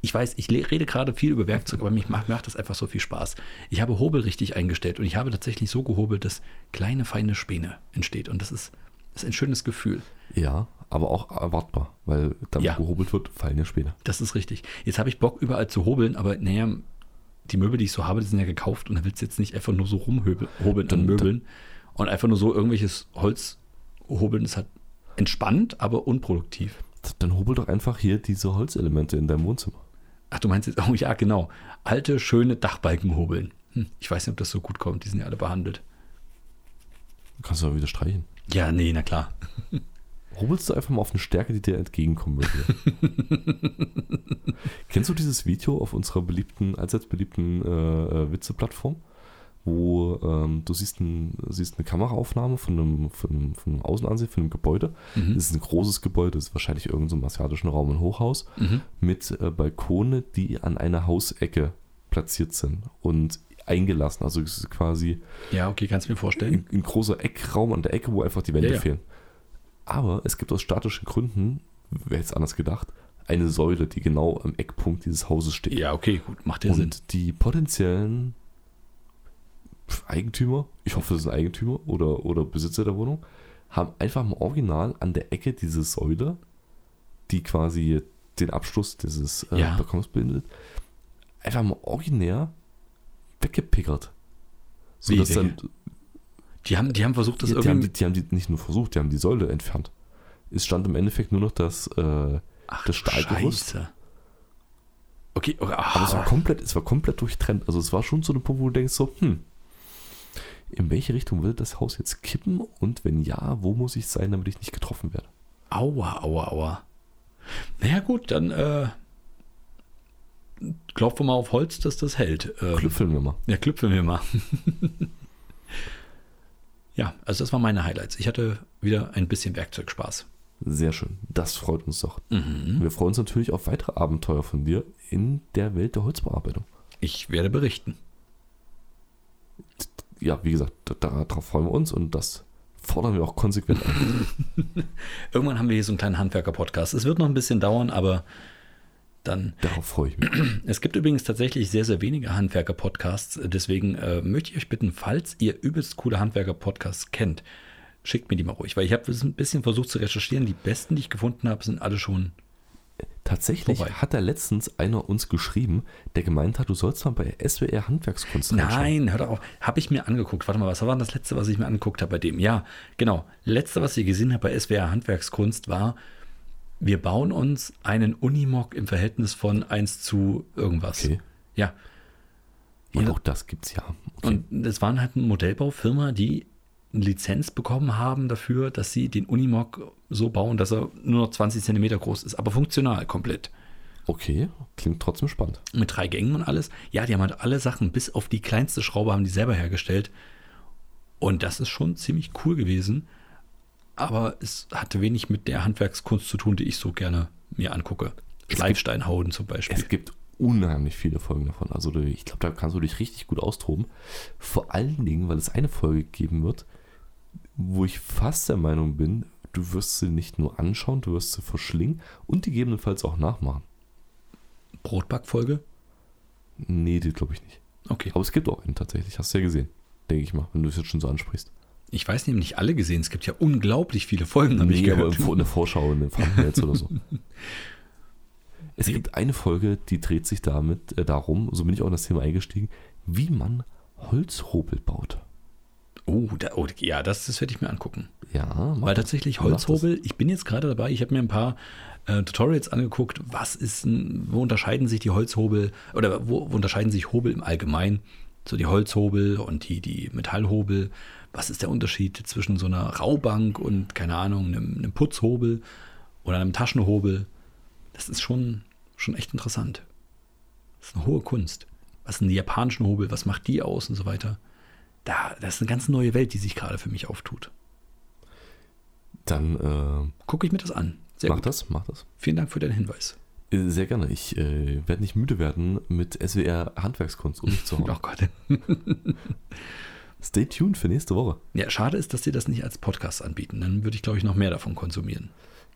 B: ich weiß, ich le- rede gerade viel über Werkzeug, aber mich macht, macht das einfach so viel Spaß. Ich habe Hobel richtig eingestellt und ich habe tatsächlich so gehobelt, dass kleine, feine Späne entsteht. Und das ist, das ist ein schönes Gefühl.
A: Ja, aber auch erwartbar, weil da wo
B: Ja.
A: gehobelt wird, fallen ja Späne.
B: Das ist richtig. Jetzt habe ich Bock, überall zu hobeln, aber naja, die Möbel, die ich so habe, die sind ja gekauft und da willst du jetzt nicht einfach nur so rumhobeln an
A: Dann-
B: Möbeln. Und einfach nur so irgendwelches Holz hobeln ist halt entspannt, aber unproduktiv.
A: Dann hobel doch einfach hier diese Holzelemente in deinem Wohnzimmer.
B: Ach, du meinst jetzt, oh ja, genau. Alte, schöne Dachbalken hobeln. Hm, ich weiß nicht, ob das so gut kommt, die sind ja alle behandelt.
A: Kannst du aber wieder streichen.
B: Ja, nee, na klar.
A: Rubbelst du einfach mal auf eine Stärke, die dir entgegenkommen würde. Kennst du dieses Video auf unserer beliebten, allseits beliebten äh, äh, Witze-Plattform? Wo ähm, du siehst, ein, siehst eine Kameraaufnahme von einem, von, einem, von einem Außenansehen, von einem Gebäude.
B: Mhm.
A: Das ist ein großes Gebäude, das ist wahrscheinlich irgend so im asiatischen Raum ein Hochhaus
B: Mhm.
A: mit äh, Balkone, die an einer Hausecke platziert sind und eingelassen. Also es ist quasi
B: Ja, okay, kannst du mir vorstellen.
A: ein, ein großer Eckraum an der Ecke, wo einfach die Wände
B: Ja, ja.
A: fehlen. Aber es gibt aus statischen Gründen, wer hätte es anders gedacht, eine Säule, die genau am Eckpunkt dieses Hauses steht.
B: Ja, okay, gut, macht ja
A: Und
B: Sinn.
A: die potenziellen Eigentümer, ich hoffe, das sind Eigentümer oder, oder Besitzer der Wohnung, haben einfach im Original an der Ecke diese Säule, die quasi den Abschluss dieses äh,
B: Ja.
A: Balkons bildet, einfach mal originär weggepickert. So
B: Wie
A: dass
B: weg?
A: dann
B: Die haben, die haben versucht, das
A: ja, die, haben
B: irgendwie.
A: die, die haben die nicht nur versucht, die haben die Säule entfernt. es stand im Endeffekt nur noch das, äh,
B: Ach,
A: Das
B: du
A: Stahlgerüst?
B: Scheiße. Okay, okay
A: aber es war
B: ah,
A: komplett, es war komplett durchtrennt. Also es war schon so ein Punkt, wo du denkst so, hm, in welche Richtung will das Haus jetzt kippen und wenn ja, wo muss ich sein, damit ich nicht getroffen werde?
B: aua, aua, aua. Naja gut, dann äh, klopfen wir mal auf Holz, dass das hält. Ähm,
A: Klüpfeln wir mal.
B: Ja, klüpfen wir mal. ja, also das waren meine Highlights. Ich hatte wieder ein bisschen Werkzeugspaß.
A: Sehr schön. Das freut uns doch.
B: Mhm.
A: Wir freuen uns natürlich auf weitere Abenteuer von dir in der Welt der Holzbearbeitung.
B: Ich werde berichten.
A: Ja, wie gesagt, da- darauf freuen wir uns und das fordern wir auch konsequent an.
B: Irgendwann haben wir hier so einen kleinen Handwerker-Podcast. Es wird noch ein bisschen dauern, aber dann
A: Darauf freue ich mich.
B: Es gibt übrigens tatsächlich sehr, sehr wenige Handwerker-Podcasts. Deswegen äh, möchte ich euch bitten, falls ihr übelst coole Handwerker-Podcasts kennt, schickt mir die mal ruhig. Weil ich habe ein bisschen versucht zu recherchieren. Die besten, die ich gefunden habe, sind alle schon.
A: Tatsächlich
B: Vorbei.
A: hat da letztens einer uns geschrieben, der gemeint hat, du sollst mal bei SWR Handwerkskunst reinschauen.
B: Nein, hört auf. Habe ich mir angeguckt. Warte mal, was war denn das letzte, was ich mir angeguckt habe bei dem? Ja, genau. Letzte, was ich gesehen habe bei SWR Handwerkskunst war, wir bauen uns einen Unimog im Verhältnis von 1 zu irgendwas.
A: Okay.
B: Ja.
A: Und
B: Ja.
A: auch das gibt's ja. Okay.
B: Und das waren halt eine Modellbaufirma, die eine Lizenz bekommen haben dafür, dass sie den Unimog so bauen, dass er nur noch 20 Zentimeter groß ist, aber funktional komplett.
A: okay, klingt trotzdem spannend.
B: Mit drei Gängen und alles. Ja, die haben halt alle Sachen, bis auf die kleinste Schraube, haben die selber hergestellt. Und das ist schon ziemlich cool gewesen. Aber es hatte wenig mit der Handwerkskunst zu tun, die ich so gerne mir angucke.
A: gibt-
B: Schleifsteinhauen zum Beispiel.
A: Es gibt unheimlich viele Folgen davon. Also du- ich glaube, da kannst du dich richtig gut austoben. Vor allen Dingen, weil es eine Folge geben wird, wo ich fast der Meinung bin, du wirst sie nicht nur anschauen, du wirst sie verschlingen und gegebenenfalls auch nachmachen.
B: Brotbackfolge?
A: Nee, die glaube ich nicht.
B: Okay.
A: Aber es gibt auch einen tatsächlich, hast du ja gesehen. Denke ich mal, wenn du es jetzt schon so ansprichst.
B: Ich weiß nämlich nicht alle gesehen. Es gibt ja unglaublich viele Folgen, habe ich
A: Nee, aber
B: gehört.
A: in der Vorschau, in den Thumbnails oder so. Es gibt eine Folge, die dreht sich damit äh, darum, so bin ich auch in das Thema eingestiegen, wie man Holzhobel baut.
B: Oh, da, oh ja, das, das werde ich mir angucken.
A: Ja, mach
B: Genau, Weil
A: das.
B: tatsächlich
A: Mach das.
B: Holzhobel, ich bin jetzt gerade dabei, ich habe mir ein paar äh, Tutorials angeguckt, was ist, ein- wo unterscheiden sich die Holzhobel oder wo, wo unterscheiden sich Hobel im Allgemeinen? So die Holzhobel und die, die Metallhobel. Was ist der Unterschied zwischen so einer Raubank und, keine Ahnung, einem, einem Putzhobel oder einem Taschenhobel? Das ist schon, schon echt interessant. Das ist eine hohe Kunst. Was sind die japanischen Hobel? Was macht die aus und so weiter? Da, das ist eine ganz neue Welt, die sich gerade für mich auftut.
A: Dann äh,
B: Gucke ich mir das an. Sehr
A: mach
B: gut.
A: das, mach das.
B: Vielen Dank für deinen Hinweis.
A: Äh, Sehr gerne. Ich äh, werde nicht müde werden, mit SWR Handwerkskunst um mich zu hauen.
B: Oh Gott.
A: Stay tuned für nächste Woche.
B: Ja, schade ist, dass sie das nicht als Podcast anbieten. Dann würde ich, glaube ich, noch mehr davon konsumieren.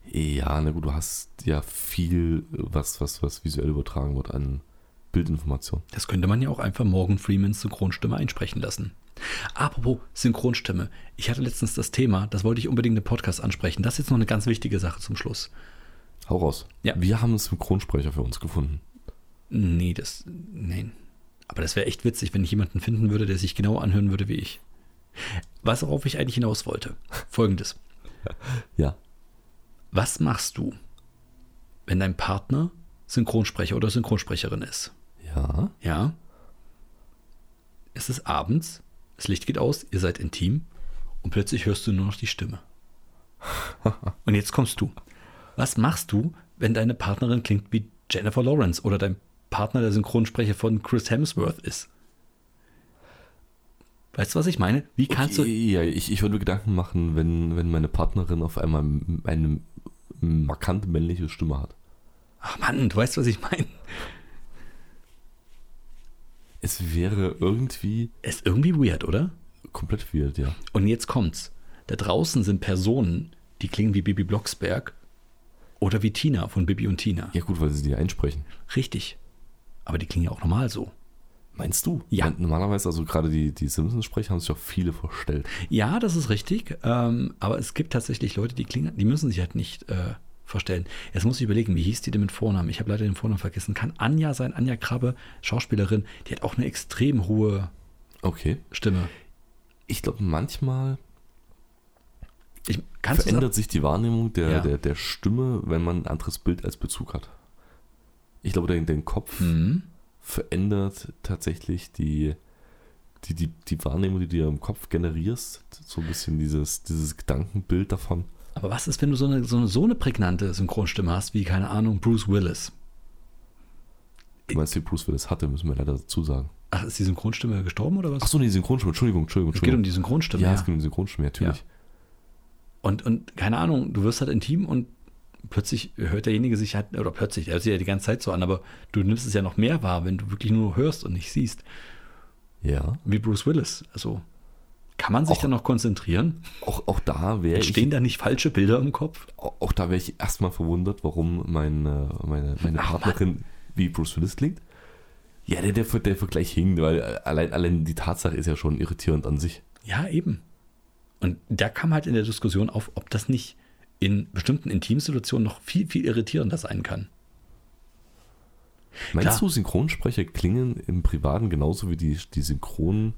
A: Ja, na gut, du hast ja viel, äh, was, was, was visuell übertragen wird an Bildinformationen.
B: Das könnte man ja auch einfach Morgan Freemans Synchronstimme einsprechen lassen. Apropos Synchronstimme. Ich hatte letztens das Thema, das wollte ich unbedingt im Podcast ansprechen. Das ist jetzt noch eine ganz wichtige Sache zum Schluss.
A: Hau raus.
B: Ja.
A: Wir haben einen Synchronsprecher für uns gefunden.
B: Nee, das. Nein. Aber das wäre echt witzig, wenn ich jemanden finden würde, der sich genau anhören würde wie ich. Was, worauf ich eigentlich hinaus wollte. Folgendes.
A: Ja.
B: Was machst du, wenn dein Partner Synchronsprecher oder Synchronsprecherin ist?
A: Ja.
B: Ja. Es ist abends, das Licht geht aus, ihr seid intim und plötzlich hörst du nur noch die Stimme. Und jetzt kommst du. Was machst du, wenn deine Partnerin klingt wie Jennifer Lawrence oder dein Partner der Synchronsprecher von Chris Hemsworth ist? Weißt du, was ich meine? Wie kannst du.
A: Ja, ich, ich würde mir Gedanken machen, wenn, wenn meine Partnerin auf einmal m- eine markant männliche Stimme hat.
B: Ach Mann, du weißt, was ich meine.
A: Es wäre irgendwie
B: Ist irgendwie weird, oder?
A: komplett weird, ja.
B: Und jetzt kommt's. Da draußen sind Personen, die klingen wie Bibi Blocksberg oder wie Tina von Bibi und Tina.
A: Ja gut, weil sie die einsprechen.
B: Richtig. Aber die klingen ja auch normal so.
A: Meinst du?
B: Ja.
A: Weil Normalerweise, also gerade die, die Simpsons-Sprecher haben sich auch viele verstellt.
B: Ja, das ist richtig. Ähm, aber es gibt tatsächlich Leute, die klingen, die müssen sich halt nicht äh, verstellen. Jetzt muss ich überlegen, wie hieß die denn mit Vornamen? Ich habe leider den Vornamen vergessen. Kann Anja sein, Anja Krabbe, Schauspielerin, die hat auch eine extrem hohe
A: Okay.
B: Stimme.
A: Ich glaube, manchmal
B: Ich, kannst du's ab-
A: verändert sich die Wahrnehmung der,
B: Ja.
A: der, der Stimme, wenn man ein anderes Bild als Bezug hat. Ich glaube, den, den Kopf
B: Mhm.
A: verändert tatsächlich die, die, die, die Wahrnehmung, die du dir im Kopf generierst, so ein bisschen dieses, dieses Gedankenbild davon.
B: Aber was ist, wenn du so eine, so eine, so eine prägnante Synchronstimme hast, wie, keine Ahnung, Bruce Willis?
A: Du meinst, wie Bruce Willis hatte, müssen wir leider dazu sagen.
B: Ach, ist die Synchronstimme gestorben oder was?
A: Achso, nee, die Synchronstimme, Entschuldigung, Entschuldigung,
B: es geht um
A: Entschuldigung.
B: die Synchronstimme.
A: ja,
B: ja.
A: es geht um die Synchronstimme, natürlich.
B: Und, und keine Ahnung, du wirst halt intim und plötzlich hört derjenige sich halt, oder plötzlich, er hört sich ja die ganze Zeit so an, aber du nimmst es ja noch mehr wahr, wenn du wirklich nur hörst und nicht siehst,
A: Ja.
B: wie Bruce Willis. Also kann man sich
A: Auch-
B: dann noch konzentrieren?
A: Auch, auch da wäre ich
B: Entstehen da nicht falsche Bilder im Kopf?
A: Au- auch da wäre ich erstmal verwundert, warum mein, äh, meine, meine
B: Ach,
A: Partnerin wie Bruce Willis klingt. Ja, der, der, Ver- der Vergleich hing, weil äh, allein, allein die Tatsache ist ja schon irritierend an sich.
B: Ja, eben. Und da kam halt in der Diskussion auf, ob das nicht in bestimmten Intimsituationen noch viel, viel irritierender sein kann.
A: Meinst
B: Klar.
A: du, Synchronsprecher klingen im Privaten genauso wie die, die Synchronen?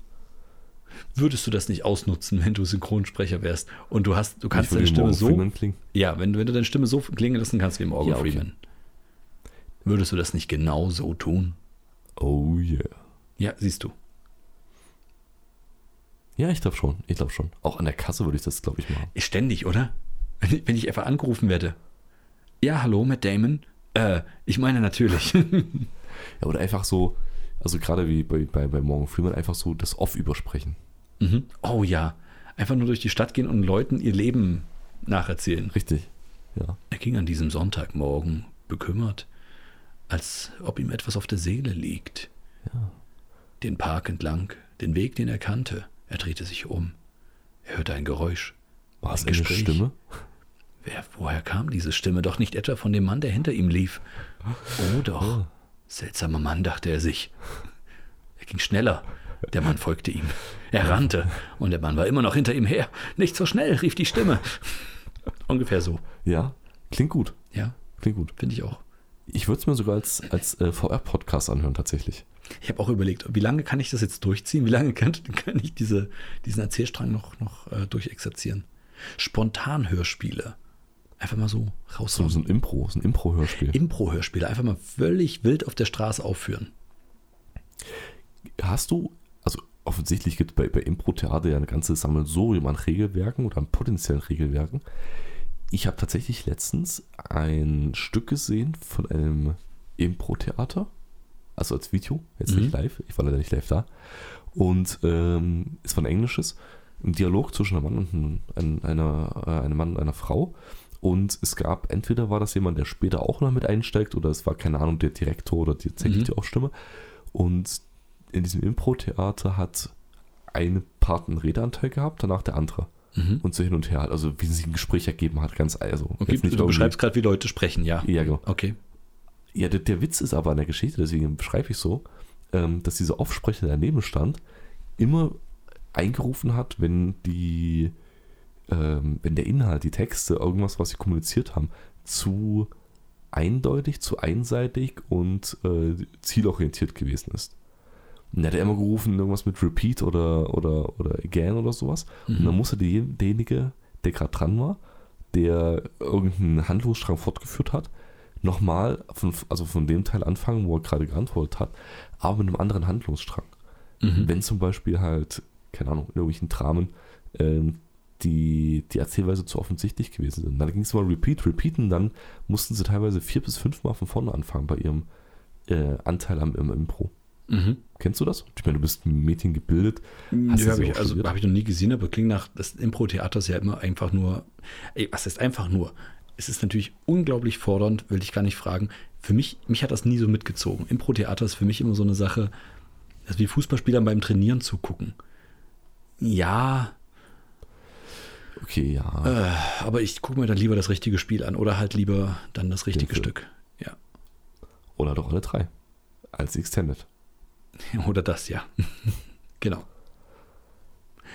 B: Würdest du das nicht ausnutzen, wenn du Synchronsprecher wärst und du hast, du
A: Ich
B: kannst
A: würde
B: deine
A: wie
B: Stimme
A: Morgan
B: so
A: Freeman klingen?
B: Ja, wenn, du- wenn du deine Stimme so klingen lassen kannst wie Morgan
A: Ja, okay.
B: Freeman, würdest du das nicht genau so tun?
A: Oh yeah.
B: Ja, siehst du.
A: Ja, ich glaube schon. Ich glaube schon. Auch an der Kasse würde ich das, glaube ich, machen.
B: Ist Ständig, oder? Wenn ich, wenn ich einfach angerufen werde. Ja, hallo, Matt Damon. Äh, ich meine natürlich.
A: Ja, oder einfach so, also gerade wie bei, bei, bei Morgan Freeman, einfach so das Off übersprechen.
B: mhm. Oh ja. Einfach nur durch die Stadt gehen und Leuten ihr Leben nacherzählen.
A: Richtig. Ja.
B: Er ging an diesem Sonntagmorgen bekümmert, als ob ihm etwas auf der Seele liegt. Den Park entlang, den Weg, den er kannte. Er drehte sich um. Er hörte ein Geräusch.
A: War es Oh,
B: Ein
A: eine
B: Gespräch.
A: Stimme?
B: Wer, woher kam diese Stimme? Doch nicht etwa von dem Mann, der hinter ihm lief. Oh
A: Ah.
B: doch. Seltsamer Mann, dachte er sich. Er ging schneller. Der Mann folgte ihm. Er rannte. Und der Mann war immer noch hinter ihm her. Nicht so schnell, rief die Stimme. Ungefähr so.
A: Ja. Klingt gut.
B: Ja,
A: Klingt gut.
B: finde ich auch.
A: Ich würde es mir sogar als, als äh, VR-Podcast anhören, tatsächlich.
B: Ich habe auch überlegt, wie lange kann ich das jetzt durchziehen? Wie lange kann, kann ich diese, diesen Erzählstrang noch, noch äh, durchexerzieren? Spontan-Hörspiele. Einfach mal so
A: So,
B: raushauen.
A: so ein Impro, so ein
B: Mhm.
A: Impro-Hörspiel.
B: Impro-Hörspiele. Einfach mal völlig wild auf der Straße aufführen.
A: Hast du, also offensichtlich gibt es bei, bei Impro-Theater ja eine ganze Sammelsurium an Regelwerken oder an potenziellen Regelwerken. Ich habe tatsächlich letztens ein Stück gesehen von einem Impro-Theater, also als Video, jetzt
B: Mhm.
A: nicht live, ich war leider nicht live da. Und ähm, es war ein englisches, ein Dialog zwischen einem Mann und einem, ein- einer, äh, einem Mann und einer Frau. Und es gab, entweder war das jemand, der später auch noch mit einsteigt, oder es war, keine Ahnung, der Direktor oder die tatsächlich
B: Mhm.
A: die Aufstimme. Und in diesem Impro-Theater hat eine Part einen Redeanteil gehabt, danach der andere.
B: Mhm.
A: Und so hin und her, halt, also wie sich ein Gespräch ergeben hat, ganz also.
B: Okay,
A: jetzt
B: du
A: nicht irgendwie-
B: beschreibst gerade, wie Leute sprechen, ja.
A: Ja, genau.
B: Okay.
A: Ja, der, der Witz ist aber an der Geschichte, deswegen beschreibe ich so, ähm, dass dieser Offsprecher, der daneben stand, immer eingerufen hat, wenn die, ähm, wenn der Inhalt, die Texte, irgendwas, was sie kommuniziert haben, zu eindeutig, zu einseitig und äh, zielorientiert gewesen ist. Und dann hat er immer gerufen, irgendwas mit Repeat oder, oder, oder Again oder sowas. Und
B: Mhm.
A: dann musste die, derjenige, der gerade dran war, der irgendeinen Handlungsstrang fortgeführt hat, nochmal von, also von dem Teil anfangen, wo er gerade geantwortet hat, aber mit einem anderen Handlungsstrang.
B: Mhm.
A: Wenn zum Beispiel halt, keine Ahnung, in irgendwelchen Dramen ähm, die, die Erzählweise zu offensichtlich gewesen sind. Dann ging es mal repeat, repeaten, dann mussten sie teilweise vier bis fünfmal von vorne anfangen bei ihrem äh, Anteil am im Impro.
B: Mhm.
A: Kennst du das? Ich meine, du bist ein Mädchen gebildet. Hast du
B: Ja,
A: sie
B: habe
A: auch
B: ich, also,
A: studiert?
B: hab ich noch nie gesehen, aber klingt nach, das Impro-Theater ist ja immer einfach nur, ey, was heißt einfach nur? Es ist natürlich unglaublich fordernd, will ich gar nicht fragen. Für mich, mich hat das nie so mitgezogen. Impro-Theater ist für mich immer so eine Sache, das ist wie Fußballspielern beim Trainieren zugucken. Ja,
A: Okay, ja.
B: äh, aber ich gucke mir dann lieber das richtige Spiel an oder halt lieber dann das richtige
A: Film.
B: Stück. Ja,
A: Oder doch alle drei. Als Extended.
B: oder das, ja. genau.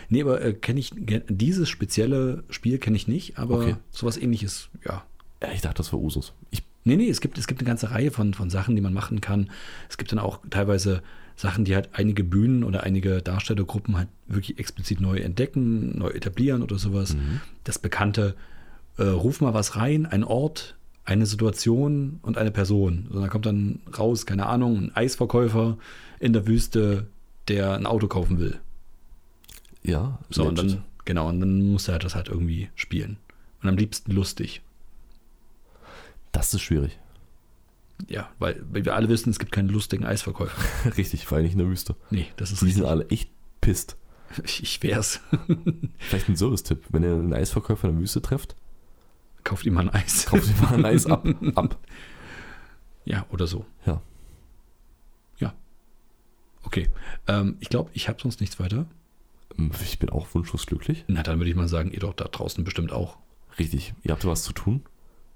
B: Nee, aber äh, kenne ich, dieses spezielle Spiel kenne ich nicht, aber
A: Okay.
B: sowas ähnliches, ja,
A: Ja, ich dachte, das war Usus. Ich,
B: Nee, nee, es gibt, es gibt eine ganze Reihe von, von Sachen, die man machen kann. Es gibt dann auch teilweise Sachen, die halt einige Bühnen oder einige Darstellergruppen halt wirklich explizit neu entdecken, neu etablieren oder sowas.
A: Mhm.
B: Das bekannte, äh, ruf mal was rein, ein Ort, eine Situation und eine Person. So, da kommt dann raus, keine Ahnung, ein Eisverkäufer in der Wüste, der ein Auto kaufen will.
A: Ja,
B: So, und
A: legit.
B: dann, genau, und dann muss er das halt irgendwie spielen. Und am liebsten lustig.
A: das ist schwierig.
B: Ja, weil, weil wir alle wissen, es gibt keinen lustigen Eisverkäufer.
A: Richtig, vor allem nicht in der Wüste.
B: Nee, das ist
A: Die sind
B: richtig.
A: alle echt pisst.
B: Ich wär's.
A: Vielleicht ein Service-Tipp. Wenn ihr einen Eisverkäufer in der Wüste trefft,
B: Kauft ihm mal ein Eis.
A: kauft ihr mal ein Eis ab. ab.
B: Ja, oder so.
A: Ja.
B: Ja. Okay. Ähm, ich glaube, ich habe sonst nichts weiter.
A: Ähm, Ich bin auch wunschlos glücklich.
B: Na, dann würde ich mal sagen, ihr doch da draußen bestimmt auch.
A: Richtig, ihr habt was zu tun.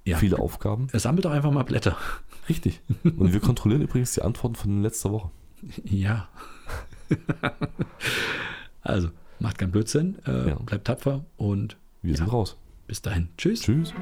B: Ja. Äh,
A: Viele Aufgaben.
B: Sammelt doch einfach mal Blätter.
A: Richtig. Und wir kontrollieren übrigens die Antworten von letzter Woche.
B: Ja. also, macht keinen Blödsinn. Äh,
A: Ja.
B: Bleibt tapfer und
A: Wir sind raus.
B: bis dahin. Tschüss.
A: Tschüss.